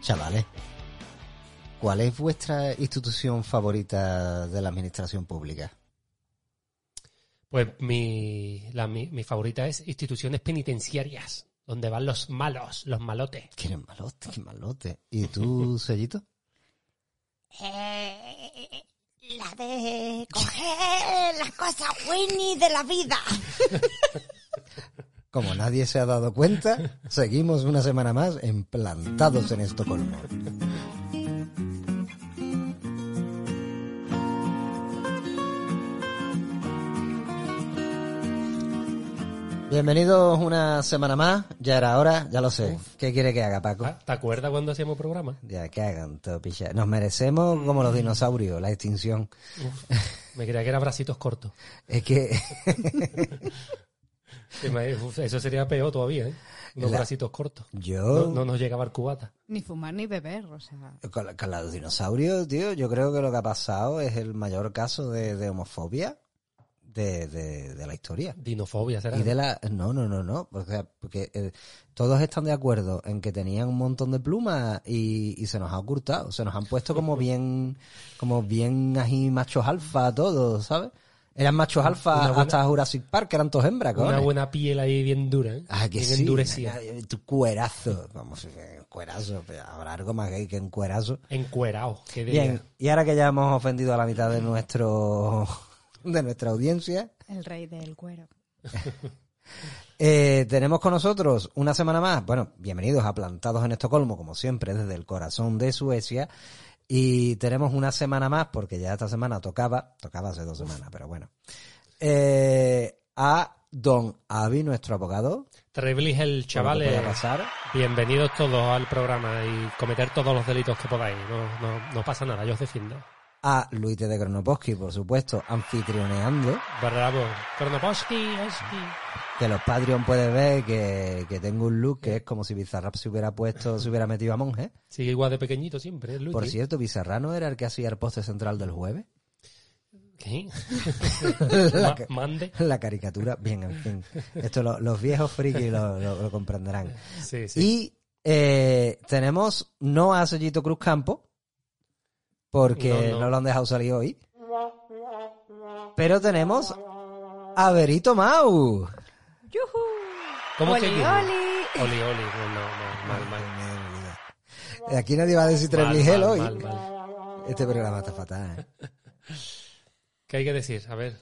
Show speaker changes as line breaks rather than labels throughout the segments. Chavales, ¿cuál es vuestra institución favorita de la administración pública?
Pues mi, la- mi, mi favorita es instituciones penitenciarias, donde van los malos, los malotes.
Qué malote, qué malote. ¿Y tú, Sellito?
Eh, la de coger las cosas Winnie de la vida.
Como nadie se ha dado cuenta, seguimos una semana más en Plantados en Estocolmo. Bienvenidos una semana más, ya era hora, ya lo sé. ¿Qué quiere que haga, Paco?
Ah, ¿Te acuerdas cuando hacíamos programa?
Ya que hagan todo picha. Nos merecemos como los dinosaurios, la extinción.
Uf, me creía que era bracitos cortos.
Es que
Que me- uf, Eso sería peor todavía, ¿eh? Unos
La-
bracitos cortos.
yo
No, no nos llegaba el cubata.
Ni fumar ni beber, o sea.
Con, la- con los dinosaurios, tío, yo creo que lo que ha pasado es el mayor caso de, de homofobia de, de- de la historia.
Dinofobia, ¿será?
Y de la... No, no, no, no. o sea, porque eh, todos están de acuerdo en que tenían un montón de plumas y, y se nos ha ocultado. Se nos han puesto como bien, como bien así machos alfa todos, ¿sabes? Eran machos alfa
Una buena-
hasta Jurassic Park, eran todos hembras,
Una
cojones.
buena piel ahí bien dura, ¿eh?
Ah, que
bien
sí.
endurecida.
Ah, Tu cuerazo. Vamos, eh, cuerazo. pero Habrá algo más gay que un cuerazo.
Encuerao. que diría.
Bien, y ahora que ya hemos ofendido a la mitad de nuestro de nuestra audiencia,
El rey del cuero.
eh, tenemos con nosotros una semana más. Bueno, bienvenidos a Plantados en Estocolmo, como siempre, desde el corazón de Suecia. Y tenemos una semana más, porque ya esta semana tocaba, tocaba hace dos semanas, pero bueno. Eh, a Don Avi, nuestro abogado.
Treblis el
Chavales.
chavales. Bienvenidos todos al programa y cometer todos los delitos que podáis. No, no, no pasa nada, yo os defiendo.
A Luite de Kronoposki, por supuesto, anfitrioneando.
Bravo. Kronoposki, Oski.
Que los Patreon pueden ver que, que tengo un look que es como si Bizarrap se hubiera puesto, se hubiera metido a monje.
Sigue igual de pequeñito siempre, ¿eh, Luis.
Por cierto, Bizarrano era el que hacía el poste central del jueves.
¿Qué?
la,
Ma-
ca-
mande.
la caricatura, bien, en fin. Esto lo- los viejos frikis lo, lo- lo comprenderán.
Sí, sí.
Y eh, tenemos no a Sellito Cruz Campo, porque
No,
no,
no.
lo han dejado salir hoy. Pero tenemos a Berito Mau.
¡Yujú!
¿Cómo
¡Oli,
que yo?
oli!
Oli, oli. No, no, mal, mal.
Eh, Aquí nadie va a decir
Mal,
Trebligel
mal,
hoy.
mal, mal.
¿eh? Este programa está fatal. ¿eh?
¿Qué hay que decir? A ver.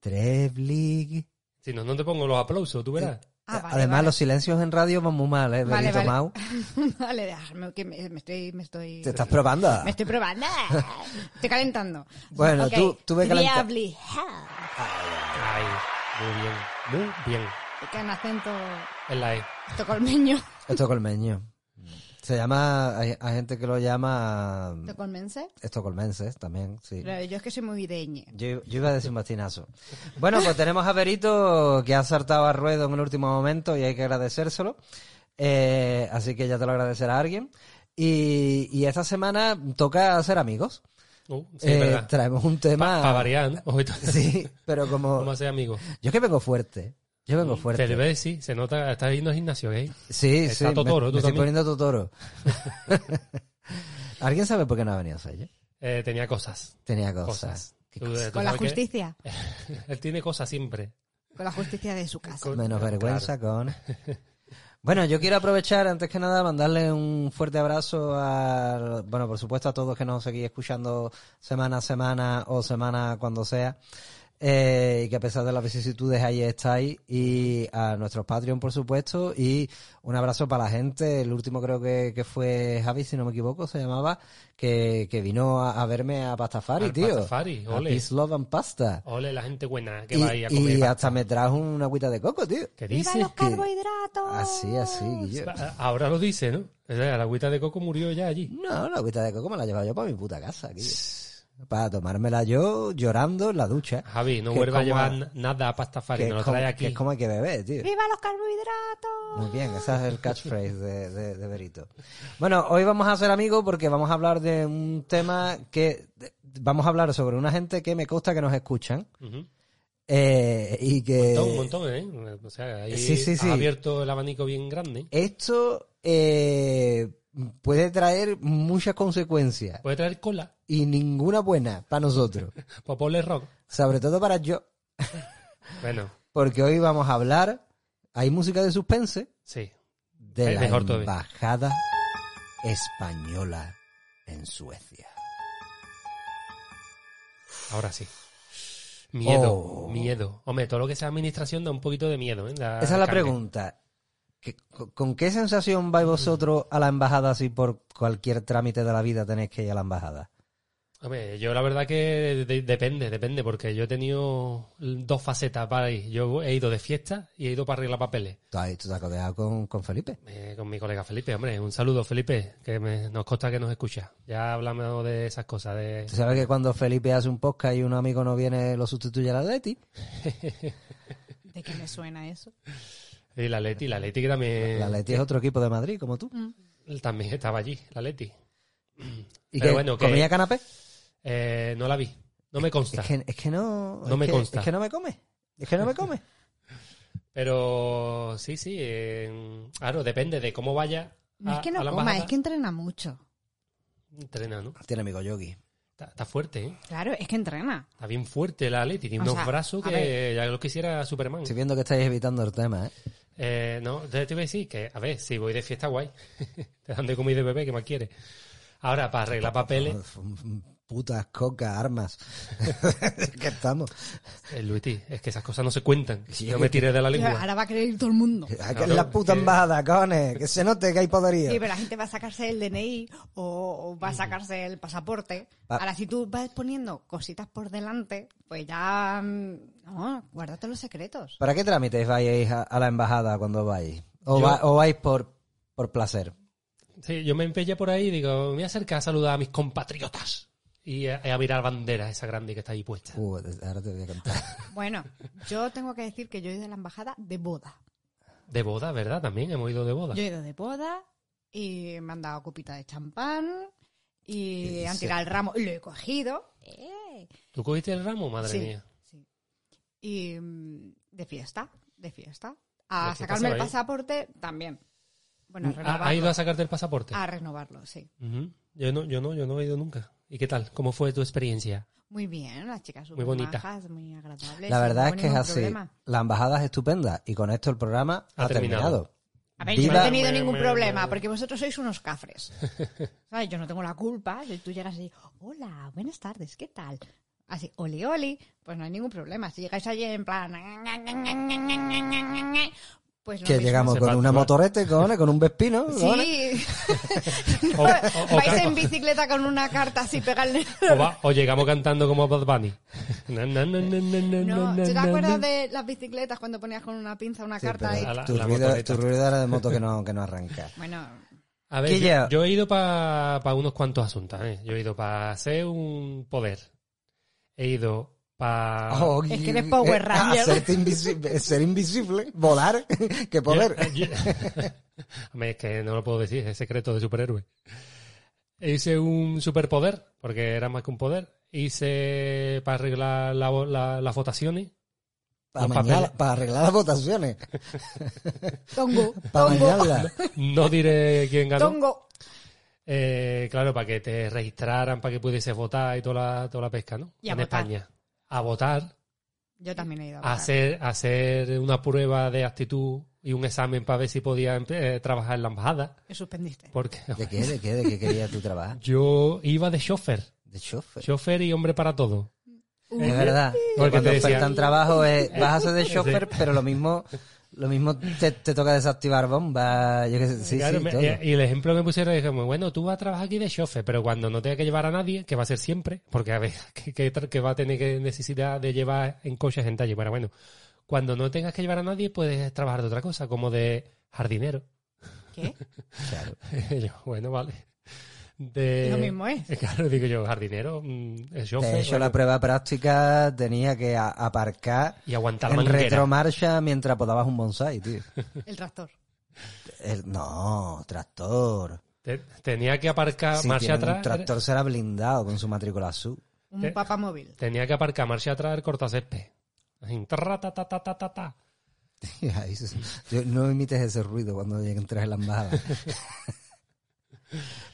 Treblig.
Si no, no te pongo los aplausos, tú verás.
Ah, vale,
Además,
vale.
los silencios en radio van muy mal, ¿eh?
Vale,
Benito
vale.
Mau.
Vale, déjame, que me, me estoy... Me estoy,
Te estás probando.
me estoy probando. estoy calentando.
Bueno,
Ok.
tú, tú ve calenta-
Diabli hell.
Ay, muy bien. Muy bien.
Con acento
Es la E.
tocolmeño.
Estocolmeño. Se llama, hay, hay gente que lo llama mm,
¿Tocolmense?
estocolmenses también, sí.
Pero yo es que soy muy videñe.
Yo, yo iba a decir mastinazo. Bueno, pues tenemos a Berito que ha saltado a ruedo en el último momento y hay que agradecérselo. Eh, así que ya te lo agradecerá alguien. Y, y esta semana toca hacer amigos.
Uh, sí,
Eh,
verdad.
traemos un tema.
Para variar, ¿no? Ojito.
Sí, pero
Vamos
como.
a ser amigos.
Yo es que vengo fuerte. Yo vengo fuerte.
Mm, Te ves, sí. Se nota. Estás yendo al gimnasio, ¿eh?
Sí,
Está
sí. me-
Totoro,
me,
tú
estoy
también.
poniendo Totoro. ¿Alguien sabe por qué no ha venido Sayo?
Eh, tenía cosas.
Tenía cosas.
Cosas. Tú- tú
Con la
sabes que
justicia.
Él tiene cosas siempre.
Con la justicia de su casa.
Con-
Menos
Claro.
vergüenza con... Bueno, yo quiero aprovechar, antes que nada, mandarle un fuerte abrazo a, bueno, por supuesto a todos que nos seguís escuchando semana a semana o semana cuando sea, eh, y que a pesar de las vicisitudes ahí estáis, y a nuestros Patreon, por supuesto, y un abrazo para la gente, el último creo que, que fue Javi, si no me equivoco, se llamaba, que, que vino a, a verme a Pastafari,
Al
tío.
Pastafari,
A
ole.
Peace, Love and Pasta.
Ole, la gente buena que
y
va ahí a
y
comer.
hasta me trajo una agüita de coco, tío.
¿Qué
¡Viva
dices?
los carbohidratos!
Así, así, Guillo.
Ah, Ahora lo dice, ¿no? O sea, La agüita de coco murió ya allí.
No, la agüita de coco me la he llevado yo para mi puta casa, Guillo. Para tomármela yo llorando en la ducha.
Javi, no
Que
vuelva a
como
llevar nada a Pastafari,
que
Ah, no lo
es como-
trae
que
aquí.
es como hay que beber, tío.
¡Viva los carbohidratos!
Muy bien, ese es el catchphrase de, de, de Berito. Bueno, hoy vamos a ser amigos porque vamos a hablar de un tema que... de- vamos a hablar sobre una gente que me consta que nos escuchan.
Ujú.
Eh, y que...
montón, un montón, ¿eh? O sea, ahí
sí, sí,
has
sí.
abierto el abanico bien grande.
Esto eh, puede traer muchas consecuencias
Puede traer cola pues
y ninguna buena para nosotros,
para Paul Rock.
sobre todo para yo,
Bueno,
porque hoy vamos a hablar, hay música de suspense,
sí.
de
Eh,
la
mejor todavía.
embajada española en Suecia.
Ahora sí. Miedo,
Oh.
miedo. Hombre, todo lo que sea administración da un poquito de miedo, ¿eh? Da
Esa es la
carne.
pregunta. ¿Qué- co- ¿Con qué sensación vais vosotros a la embajada si por cualquier trámite de la vida tenéis que ir a la embajada?
Hombre, yo la verdad que de- depende, depende, porque yo he tenido dos facetas para ir. Yo he ido de fiesta y he ido para arreglar papeles.
Tú has- tú te has codeado con, con Felipe.
Eh, con mi colega Felipe, hombre, un saludo Felipe, que me- nos consta que nos escucha. Ya hablamos de esas cosas, de
Tú sabes que cuando Felipe hace un podcast y un amigo no viene, lo sustituye la Leti.
¿De qué me suena eso?
y la Leti, la Leti que también,
La Leti es otro equipo de Madrid, como tú.
Mm.
también estaba allí, la Leti.
¿Y
Pero
que
bueno, que-
comía canapé?
Eh, no la vi, no me consta,
Es que, es que no...
No
es
me
que-
consta.
Es que no me come. Es que no me come.
pero sí, sí, eh, claro, depende de cómo vaya.
No es
a-
que no
a la
coma,
embajada.
es que entrena mucho.
Entrena, ¿no?
Tiene amigo Yogi.
Está, está fuerte, ¿eh?
Claro, es que entrena.
Está bien fuerte la Leti, tiene
O
unos
sea,
brazos
a
que ya lo quisiera Superman.
Estoy viendo que estáis evitando el tema, ¿eh?
Eh, no, te te iba a decir que, a ver, si voy de fiesta, guay. te dan de comida de bebé, que más quieres? Ahora, para arreglar papeles,
Uf, Putas, coca, armas. que estamos.
eh, Luiti, es que esas cosas no se cuentan.
Sí,
Yo me tiré de la
Tío,
lengua.
Ahora va a querer ir todo el mundo.
Aquí
Claro,
en la puta
que-
embajada, cojones. Que se note que hay poderío.
Sí, pero la gente va a sacarse el DNI o, o
Mm.
va a sacarse el pasaporte.
Va-
Ahora, si tú vas poniendo cositas por delante, pues ya... mm, No, guárdate los secretos.
¿Para qué trámites vais a, a la embajada cuando vais? ¿O,
Yo-
va- o vais por, por placer?
Sí, yo me empellé por ahí y digo, me voy a acercar a saludar a mis compatriotas. Y a, a mirar bandera esa grande que está ahí puesta.
Uh, ahora te voy a contar.
Bueno, yo tengo que decir que yo he ido a la embajada de boda.
De boda, ¿verdad? También hemos ido de boda.
Yo he ido de boda y me han dado copita de champán y
Sí,
han
sí.
tirado el ramo y lo he cogido. ¡Eh!
¿Tú cogiste el ramo? Madre
Sí,
mía.
sí. Y mm, de fiesta, de fiesta. A
¿De fiesta
sacarme
se
el
va a ir?
pasaporte también. Bueno, a
¿Ha, ha
renovarlo.
Ah, ido a sacarte el pasaporte?
A renovarlo, sí.
Ujú. Yo no, yo no, yo no he ido nunca. ¿Y qué tal? ¿Cómo fue tu experiencia?
Muy bien, las chicas
Muy
súper
bonita.
majas, muy agradables.
La verdad
no
es
hubo
que es
ningún
así.
problema.
La embajada es estupenda y con esto el programa ha,
Ha
terminado.
terminado.
A ver, yo no
Viva-
he tenido
Me,
ningún
me,
problema,
me.
porque vosotros sois unos cafres. ¿Sabes? Yo no tengo la culpa. Si tú llegas y, hola, buenas tardes, ¿qué tal? Así, oli, oli, pues no hay ningún problema. Si llegáis allí en plan... Pues lo
que
mismo.
llegamos
Se
con
va-
una motorete, cojones, con un vespino, cojones.
Sí,
O, o- o-
vais en bicicleta con una carta así pegarle...
o va- o llegamos cantando como Bad Bunny. Na, na, na, na, na, na,
No,
na,
¿tú te
na, na.
acuerdas de las bicicletas cuando ponías con una pinza una
Sí,
carta
pero
y...
A la-
tu,
a la
ruido,
motoreta.
tu ruido era de moto que no, que no arranca.
Bueno,
A ver,
Guille.
yo, yo he ido para unos cuantos asuntos. ¿eh? Yo he ido para ser un poder. He ido para...
Oh,
Es que eres
eh,
Power Ranger.
hacerte invisible- ser invisible, volar, que poder.
eh, es que no lo puedo decir, es secreto de superhéroe. Hice un superpoder, porque era más que un poder. Hice para arreglar la- la- las votaciones.
Para,
los
mañana-
papeles.
para arreglar las votaciones.
tongo,
Para
tongo,
mañana.
No diré quién ganó.
tongo.
Eh, claro, para que te registraran, para que pudieses votar y toda la, toda la pesca, ¿no?
Y a
en
votar.
España. A votar,
Yo también he ido a
a
votar.
hacer, a hacer una prueba de actitud y un examen para ver si podía empe- eh, trabajar en la embajada.
Me suspendiste.
Porque
¿De qué? ¿De qué? ¿De qué querías tú trabajar?
yo iba de chofer.
De chofer.
Chofer y hombre para todo.
Es verdad.
eh, Porque
cuando
te decía-
ofertan trabajo es, vas a ser de
Sí.
chofer, pero lo mismo, lo mismo te, te toca desactivar bombas, yo qué sé, sí,
Claro,
sí,
me- eh,
todo.
y el ejemplo que pusieron es como, bueno, tú vas a trabajar aquí de chofer, pero cuando no tenga que llevar a nadie, que va a ser siempre, porque a ver, que, que tra- que va a tener que necesidad de llevar en coche a gente allí. Bueno, bueno, cuando no tengas que llevar a nadie, puedes trabajar de otra cosa, como de jardinero. Eh,
¿Qué?
Claro.
Yo, bueno, vale. De...
Lo mismo ¿eh? es.
Claro, digo yo, jardinero, mm, el chofer,
De hecho, la
bueno,
prueba práctica tenía que a- aparcar
y aguantar
en
manguera.
retromarcha mientras podabas un bonsai, tío.
El tractor.
El- no, tractor.
Te- tenía que aparcar
Si
marcha
tienen un
atrás.
tractor será blindado con su matrícula azul.
Un
¿Qué?
papamóvil.
Tenía que aparcar marcha atrás el cortacésped. Así, tra, ta, ta, ta, ta, ta, ta.
Ahí se- yo- no imites ese ruido cuando entras en la embajada.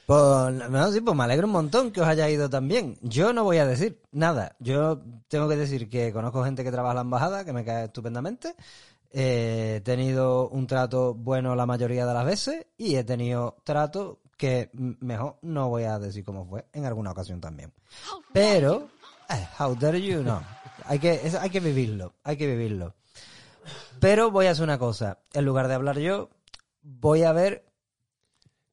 pues, no, sí, pues me alegro un montón que os haya ido también. Yo no voy a decir nada. Yo tengo que decir que conozco gente que trabaja en la embajada, que me cae estupendamente. Eh, he tenido un trato bueno la mayoría de las veces y he tenido trato que m- mejor no voy a decir cómo fue en alguna ocasión también. Pero, eh, how dare you, no. Hay que, eso hay que vivirlo, hay que vivirlo. Pero voy a hacer una cosa. En lugar de hablar yo, voy a ver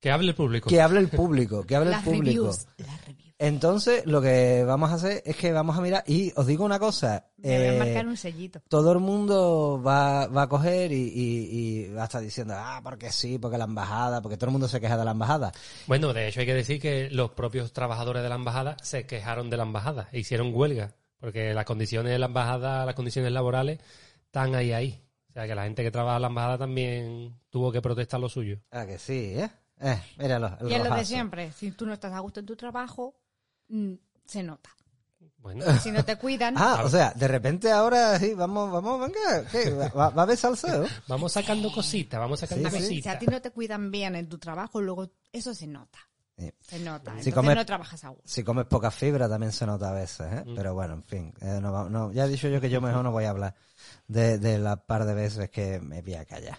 Que hable el público.
que hable el público, que hable el
Las
público.
reviews. Las reviews.
Entonces, lo que vamos a hacer es que vamos a mirar, y os digo una cosa,
Deberían
eh,
marcar un sellito.
todo el mundo va, va a coger y, y, y va a estar diciendo, ah, porque sí, porque la embajada, porque todo el mundo se queja de la embajada.
Bueno, de hecho hay que decir que los propios trabajadores de la embajada se quejaron de la embajada, e hicieron huelga, porque las condiciones de la embajada, las condiciones laborales, están ahí, ahí. O sea, que la gente que trabaja en la embajada también tuvo que protestar lo suyo.
Ah, que sí, ¿eh? Eh, míralo. el
Y es lo de
rojazo.
siempre. Si tú no estás a gusto en tu trabajo, mm, se nota.
Bueno,
Si no te cuidan,
Ah, o sea, de repente ahora sí, vamos, vamos, venga, ¿qué? ¿Va, va a haber salseo?
vamos sacando cositas, vamos sacando
a ver, si a
cositas.
ti no te cuidan bien en tu trabajo, luego eso se nota.
Sí.
Se nota.
Eh, Si
Entonces
comes-
no trabajas a gusto.
Si comes poca fibra también se nota a veces, ¿eh?
Mm.
Pero bueno, en fin. eh, no va- no, ya he dicho yo que yo mejor no voy a hablar de, de la par de veces que me voy a callar.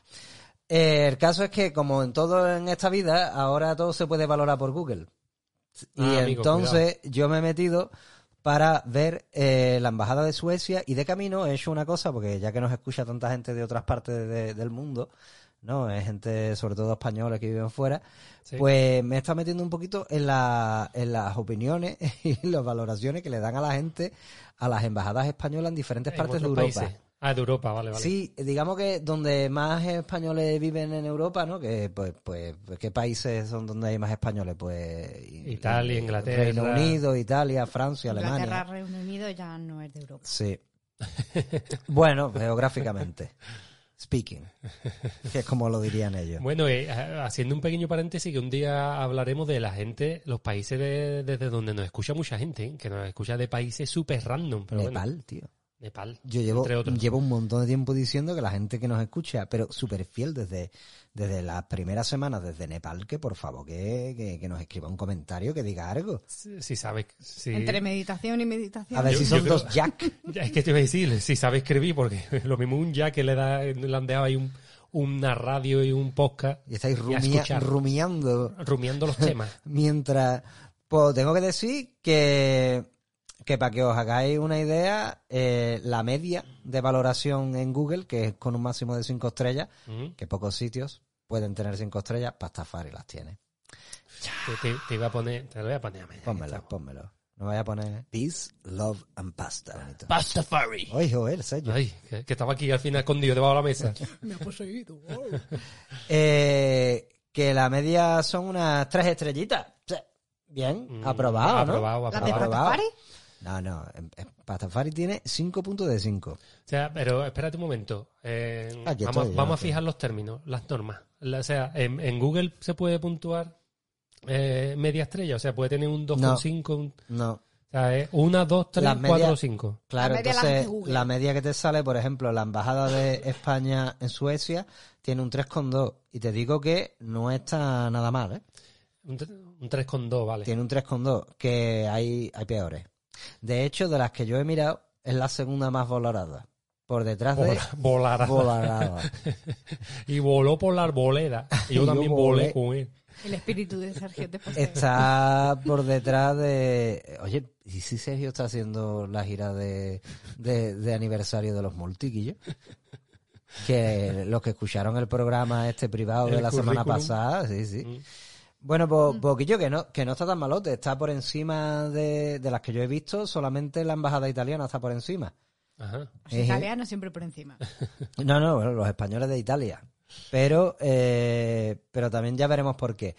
Eh, el caso es que, como en todo en esta vida, ahora todo se puede valorar por Google. Y
Ah, amigo,
entonces yo me he metido para ver eh, la embajada de Suecia y de camino he hecho una cosa, porque ya que nos escucha tanta gente de otras partes de- del mundo, ¿no? Es gente, sobre todo española, que viven fuera.
Sí.
Pues me está metiendo un poquito en, la- en las opiniones y las valoraciones que le dan a la gente a las embajadas españolas en diferentes
En
partes de
otros
Europa.
países. Ah, de Europa, vale, vale.
Sí, digamos que donde más españoles viven en Europa, ¿no? Que pues, pues, pues, ¿qué países son donde hay más españoles? Pues i-
Italia,
i-
Inglaterra.
Reino Unido, Italia, Francia,
Inglaterra,
Alemania.
Reino Unido ya no es de Europa.
Sí. bueno, geográficamente. Speaking. Que es como lo dirían ellos.
Bueno, eh, ha- haciendo un pequeño paréntesis, que un día hablaremos de la gente, los países de- desde donde nos escucha mucha gente, ¿eh? que nos escucha de países súper random. Pero bueno,
Nepal, tío.
Nepal.
Yo llevo,
Entre otros.
llevo un montón de tiempo diciendo que la gente que nos escucha, pero súper fiel desde, desde las primeras semanas, desde Nepal, que por favor que, que, que nos escriba un comentario, que diga algo.
Si, si sabes... Si...
Entre meditación y meditación.
A ver
Yo-
si
yo
son
creo-
dos Jack.
Ya, Es que te iba a decir, si sabe escribir, porque lo mismo un ya que le, da, le han dejado ahí un- una radio y un podcast
Y estáis rumia-
escuchar.
rumiando
rumiando los temas.
mientras... Pues tengo que decir que, que para que os hagáis una idea, eh, la media de valoración en Google, que es con un máximo de cinco estrellas,
Mm.
que pocos sitios pueden tener cinco estrellas, Pastafari las tiene.
Te, te- te iba a poner, te lo voy a poner a mí.
Pónmelo, pónmelo. No vaya a poner Peace, Love and Pasta. bonito.
Pastafari.
Ay, joder, sello.
Ay, que, que estaba aquí al final escondido debajo de la mesa.
Eh, que la media son unas tres estrellitas. Sí. Bien,
Mm,
aprobado, ¿no?
aprobado,
¿La de
aprobado.
Patafari?
No, no, em- em- Pastafari tiene 5.5.
O sea, pero espérate un momento. Eh,
Aquí
vamos
Ah, estoy,
vamos a
aquí.
fijar los términos, las normas. La- o sea, en, en Google se puede puntuar eh, media estrella. O sea, puede tener un 2,5. un-
No,
O sea, es 1, 2, 3,
Las medias-
4, 5.
claro,
La media la hace
entonces
Google.
la media que te sale, por ejemplo, la embajada de España en Suecia tiene un 3.2. Y te digo que no está nada mal, ¿eh?
Un, tre- un 3,2, vale.
Tiene un 3,2, que hay, hay peores. De hecho, de las que yo he mirado, es la segunda más valorada. Por detrás de
Vola- volará.
Volarada.
Y voló por la arboleda. Y yo
Yo
también
volé.
volé con él.
El espíritu de Sergio te posee.
Está por detrás de... Oye, ¿y si Sergio está haciendo la gira de, de, de aniversario de los multiquillos? Que los que escucharon el programa este privado de
El
la semana
currículum.
pasada, sí, sí.
Mm.
Bueno, po- poquillo que no, que no está tan malote, está por encima de, de las que yo he visto, solamente la embajada italiana está por encima.
Ajá.
Los italianos siempre por encima.
No, no, bueno, los españoles de Italia. Pero, eh, pero también ya veremos por qué.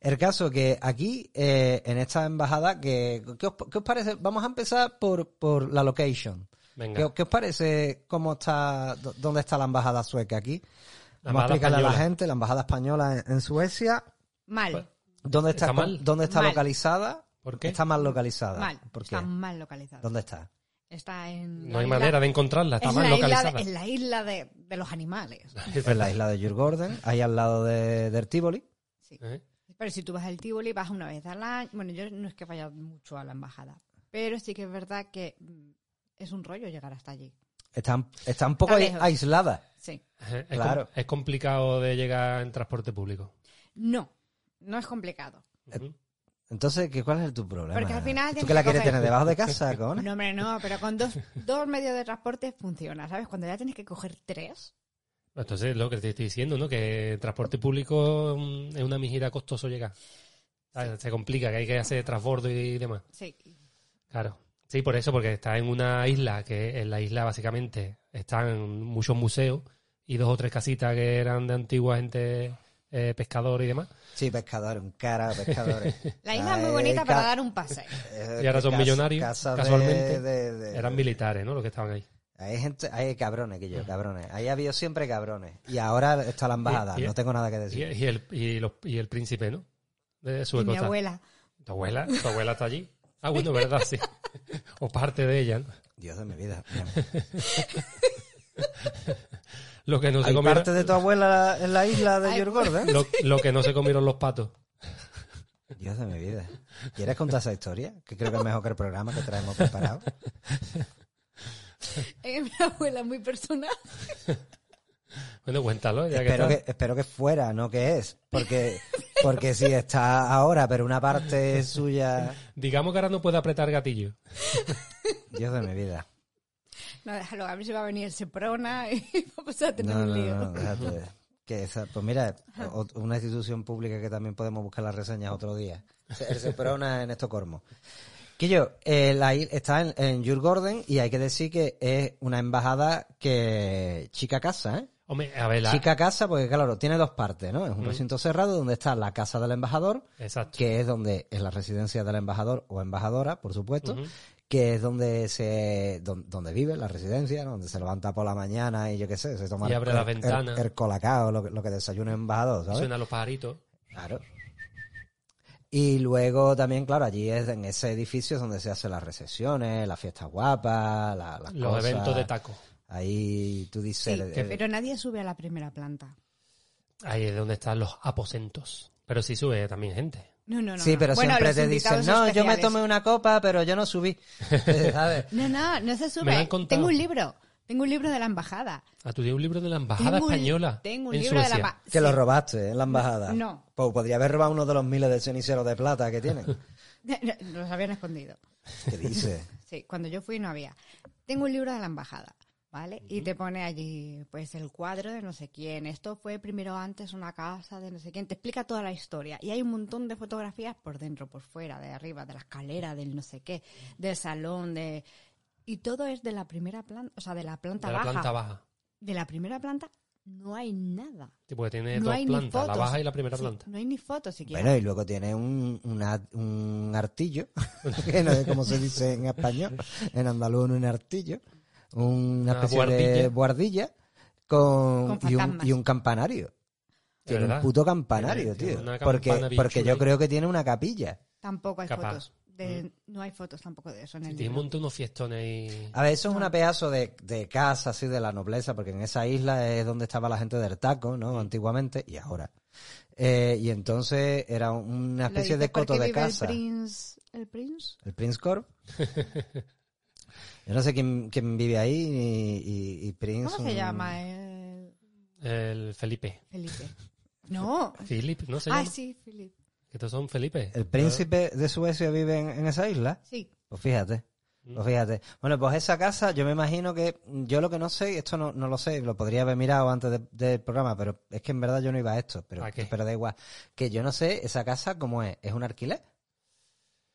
El caso que aquí, eh, en esta embajada, que, ¿qué, os, qué os parece? Vamos a empezar por, por la location. ¿Qué,
Venga.
os- qué os parece cómo está, dó- dónde está la embajada sueca aquí?
La
Vamos a
embajada
explicarle a la
española.
gente, la embajada española en, en Suecia, Pues,
Mal,
¿dónde está,
Está mal.
dónde está
Mal.
localizada?
¿Por qué?
Está mal localizada.
mal.
¿Por qué?
Está mal localizado.
¿Dónde está?
Está en.
No
la
hay
isla-
manera de encontrarla, está
es
mal
la isla,
localizada.
de, en la isla de, de los animales.
Es la isla de Jules Gordon, ahí al lado de, del Tivoli.
¿Eh?
Pero si tú vas al Tivoli, vas una vez al año. Bueno, yo no es que vaya mucho a la embajada, pero sí que es verdad que mm, es un rollo llegar hasta allí.
Está, está un poco
Está
ahí-
lejos.
aislada.
Sí.
Ajá, Es, com-
Claro.
es complicado de llegar en transporte público.
No, no es complicado.
Ujú.
Entonces, ¿qué, ¿cuál es tu problema?
Porque al final
¿Tú
tienes
que la
que
quieres
coger-
tener debajo de casa, cojones?
No, hombre, no, pero con dos, dos medios de transporte funciona, ¿sabes? Cuando ya tienes que coger tres,
Entonces, lo que te estoy diciendo, ¿no? Que transporte público mm, es una mijita costoso llegar. Ah, Se complica, que hay que hacer transbordo y demás.
sí.
Claro. Sí, por eso, porque está en una isla, que en la isla básicamente están muchos museos y dos o tres casitas que eran de antigua gente eh, pescador y demás.
Sí, pescadores, un cara de pescadores.
La isla
Ah,
es muy
eh,
bonita
ca-
para dar un paseo.
eh,
Y ahora son
cas-
millonarios,
casas
casualmente.
de- de-
Eran militares, ¿no? Los que estaban ahí.
Hay gente, hay cabrones que yo, cabrones. Ahí ha habido siempre cabrones. Y ahora está la embajada,
Y- y-
no tengo nada que
Y,
decir.
y el, y, los- y el príncipe, ¿no? De
Y
sueco
mi
está.
abuela.
¿Tu abuela? ¿Tu abuela está allí? Ah, bueno, verdad, sí. O parte de ella. ¿no?
Dios de mi vida.
Pues Lo que no se
¿Hay
comieron,
parte de tu abuela en la isla de
Ay, pues.
George Gordon?
lo, lo que no se comieron los patos.
Dios de mi vida. ¿Quieres contar esa historia? Que creo que es mejor que el programa que traemos preparado.
Es mi abuela muy personal.
Bueno, cuéntalo, ya que
Espero
está.
que, espero que fuera, no que es. Porque, porque si está ahora, pero una parte es suya.
Digamos que ahora no puede apretar gatillo.
Dios de mi vida.
No, déjalo, a ver si va a venir el Seprona y vamos a tener
No,
un
no,
lío.
no, déjate. Que esa- pues mira, o- una institución pública que también podemos buscar las reseñas otro día. El Seprona en Estocolmo. Que yo, eh, la il- está en, en Jules Gordon y hay que decir que es una embajada que chica casa, ¿eh?
Hombre, a ver, la-
Chica casa, porque claro, tiene dos partes, ¿no? Es un recinto cerrado donde está la casa del embajador,
Exacto.
que es donde es la residencia del embajador o embajadora, por supuesto,
Ujú.
que es donde se don- donde vive la residencia, ¿no? donde se levanta por la mañana y yo qué sé, se toma
Y abre la ventana.
el, colacao, lo, que- lo que desayuna el embajador, ¿sabes?
Suena a los pajaritos.
Claro. Y luego también, claro, allí es en ese edificio es donde se hacen las recesiones, las fiestas guapas, la- las
Los
cosas.
eventos de taco.
Ahí tú dices,
Sí,
eh,
pero nadie sube a la primera planta.
Ahí es donde están los aposentos. Pero sí sube también gente.
No, no, no.
Sí,
no.
pero
Bueno,
siempre
los
te dicen,
invitados
no, yo me
especiales".
tomé una copa, pero yo no subí. Eh, ¿sabes?
No, no, no se
Me lo han
sube.
contado.
Tengo un libro. Tengo un libro de la embajada.
Ah, tú tienes un libro de la Embajada
Tengo un-
Española.
Tengo un
en
libro de la
Suecia.
embajada.
Que lo robaste en la embajada.
No.
Pues podría haber robado uno de los miles de ceniceros de plata que tienen.
Los habían escondido.
¿Qué dice?
Sí, cuando yo fui no había. Tengo un libro de la embajada, ¿vale? Y te pone allí, pues, el cuadro de no sé quién. Esto fue primero antes una casa de no sé quién. Te explica toda la historia. Y hay un montón de fotografías por dentro, por fuera, de arriba, de la escalera, del no sé qué, del salón, de... Y todo es de la primera planta, o sea, de la planta
De la
baja.
planta baja.
De la primera planta no hay nada.
Sí, porque tiene
No
dos
hay ni
plantas, la
fotos.
baja y la primera
Sí,
planta.
No hay ni fotos siquiera.
Bueno, y luego tiene un, una- un artillo, que no sé cómo se dice en español, en andaluz un artillo, una
Una
especie de
buhardilla.
buhardilla con,
Con
y, un,
fantasmas.
y un campanario.
De
Tiene un
verdad.
puto campanario,
Tiene- tiene
tío.
una
Porque,
campana bien
porque
chula
yo
ahí.
creo que tiene una capilla.
Tampoco hay
Capaz. Mm.
fotos. De, No hay fotos tampoco de eso en el
Tiene un
libro.
montón de fiestones y...
A ver, eso es un pedazo de, de casa así de la nobleza, porque en esa isla es donde estaba la gente del taco, ¿no? Antiguamente y ahora. Eh, y entonces era una
Lo
especie de
dice porque
coto de
vive
casa.
El Prince, el Prince
El Prince Corp. Yo no sé quién, quién vive ahí y, y- y Prince.
¿Cómo se
un-
llama eh? el
El Felipe.
Felipe? No.
Felipe, ¿no se
Ah,
llama?
sí, Felipe.
Que estos son Felipe.
¿El príncipe de Suecia vive en, en esa isla?
Sí.
Pues fíjate. Pues fíjate. Bueno, pues esa casa, yo me imagino que. Yo lo que no sé, esto no, no lo sé, lo podría haber mirado antes de- del programa, pero es que en verdad yo no iba a esto, pero,
¿A qué?
pero da igual. Que yo no sé, esa casa, ¿cómo es? ¿Es un alquiler?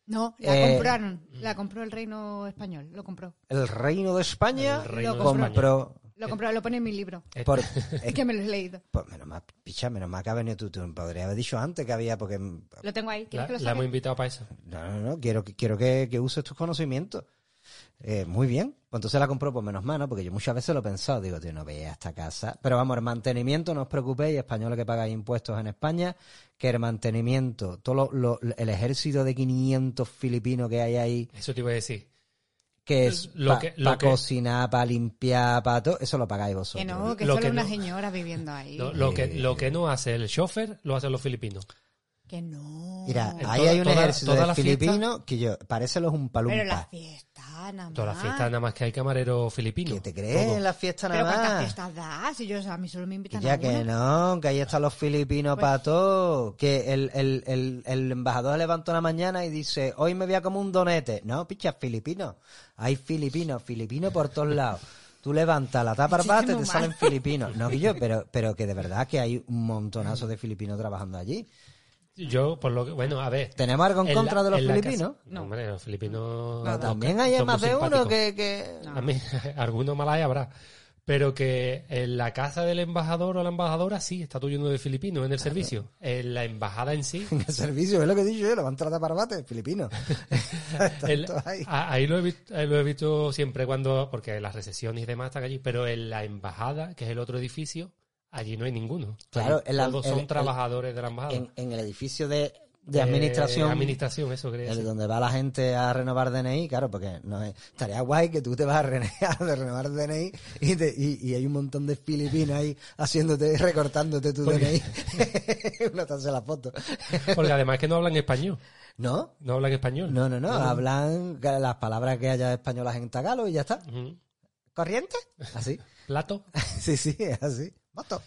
No, la
Eh,
compraron. La compró el reino español. Lo compró.
El Reino de España
El Reino
de
compró.
Lo compró, lo pone en mi libro.
España.
por-
Es que me lo he leído.
pues menos mal, picha, menos mal que ha venido tú, tú. Podría haber dicho antes que había, porque
Lo tengo ahí. ¿Quieres
mm, La,
que lo
la hemos
saque?
invitado para eso.
No, no, no, quiero, que- quiero que, que uses tus conocimientos. Eh, muy bien. Pues entonces la compró por menos mano, porque yo muchas veces lo he pensado. Digo, tío, no veía esta casa. Pero vamos, el mantenimiento, no os preocupéis, españoles que pagáis impuestos en España, que el mantenimiento, todo lo- lo- el ejército de 500 filipinos que hay ahí,
Eso te iba a decir.
que es
Lo
para
que- lo que-
cocinar, para limpiar, para todo, eso lo pagáis vosotros.
Que no, que
Lo
solo
que
una
no.
señora viviendo ahí.
Lo, lo que, lo que no hace el chofer, lo hacen los filipinos.
Que no.
Mira,
En
ahí
toda-
hay un
toda-
ejército
toda
de
la fiesta-
filipinos que yo, parece los un
Pero las fiestas, nada más.
Todas las fiestas nada más que hay camarero filipino.
¿Qué te crees?
Todo.
Las fiestas
Pero
nada
¿cuántas
más.
fiestas das? Si yo, a mí solo me
Que
invitan a
ya
una.
que no, que ahí están los filipinos
Pues-
para todo. Que el, el, el, el embajador levantó una mañana y dice, hoy me voy a comer un donete. No, picha, filipino. Hay filipinos, filipinos por todos lados. Tú levantas la tapa al bate y te
Muchísimo
salen
más.
filipinos. No, Guillo, pero, pero que de verdad que hay un montonazo de filipinos trabajando allí.
Yo, por lo que, bueno, a ver.
¿Tenemos algo en,
la-
contra de los
en la
filipinos?
casa- No, hombre, los filipinos.
Pero
los
también
ca-
hay
son
más
muy
de uno
simpáticos.
que... que...
No.
A mí, alguno mal hay habrá. Pero que en la casa del embajador o la embajadora sí está tú lleno de filipinos en el servicio. En la embajada en sí.
En el servicio, es lo que he dicho yo, levanta la tapa al bate, filipino. Están
el-
todos ahí.
a- ahí, lo he visto, ahí lo he visto siempre cuando. Porque las recesiones y demás están allí. Pero en la embajada, que es el otro edificio, allí no hay ninguno.
Claro,
Allí
en la-
todos
en-
son
en-
trabajadores de la embajada.
en, en el edificio de, de administración,
Eh, administración, eso quería
el
decir.
donde va la gente a renovar DNI, claro, porque no es- estaría guay que tú te vas a, renegar de renovar DNI y, te- y, y hay un montón de filipinos ahí haciéndote, recortándote tu DNI. Uno te hace la foto.
Porque además que no hablan español.
¿No?
No hablan español.
No, no, no, hablan las palabras que haya españolas en tagalo y ya está.
Ujú.
¿Corriente? Así.
Plato.
Sí, sí, es así. Moto.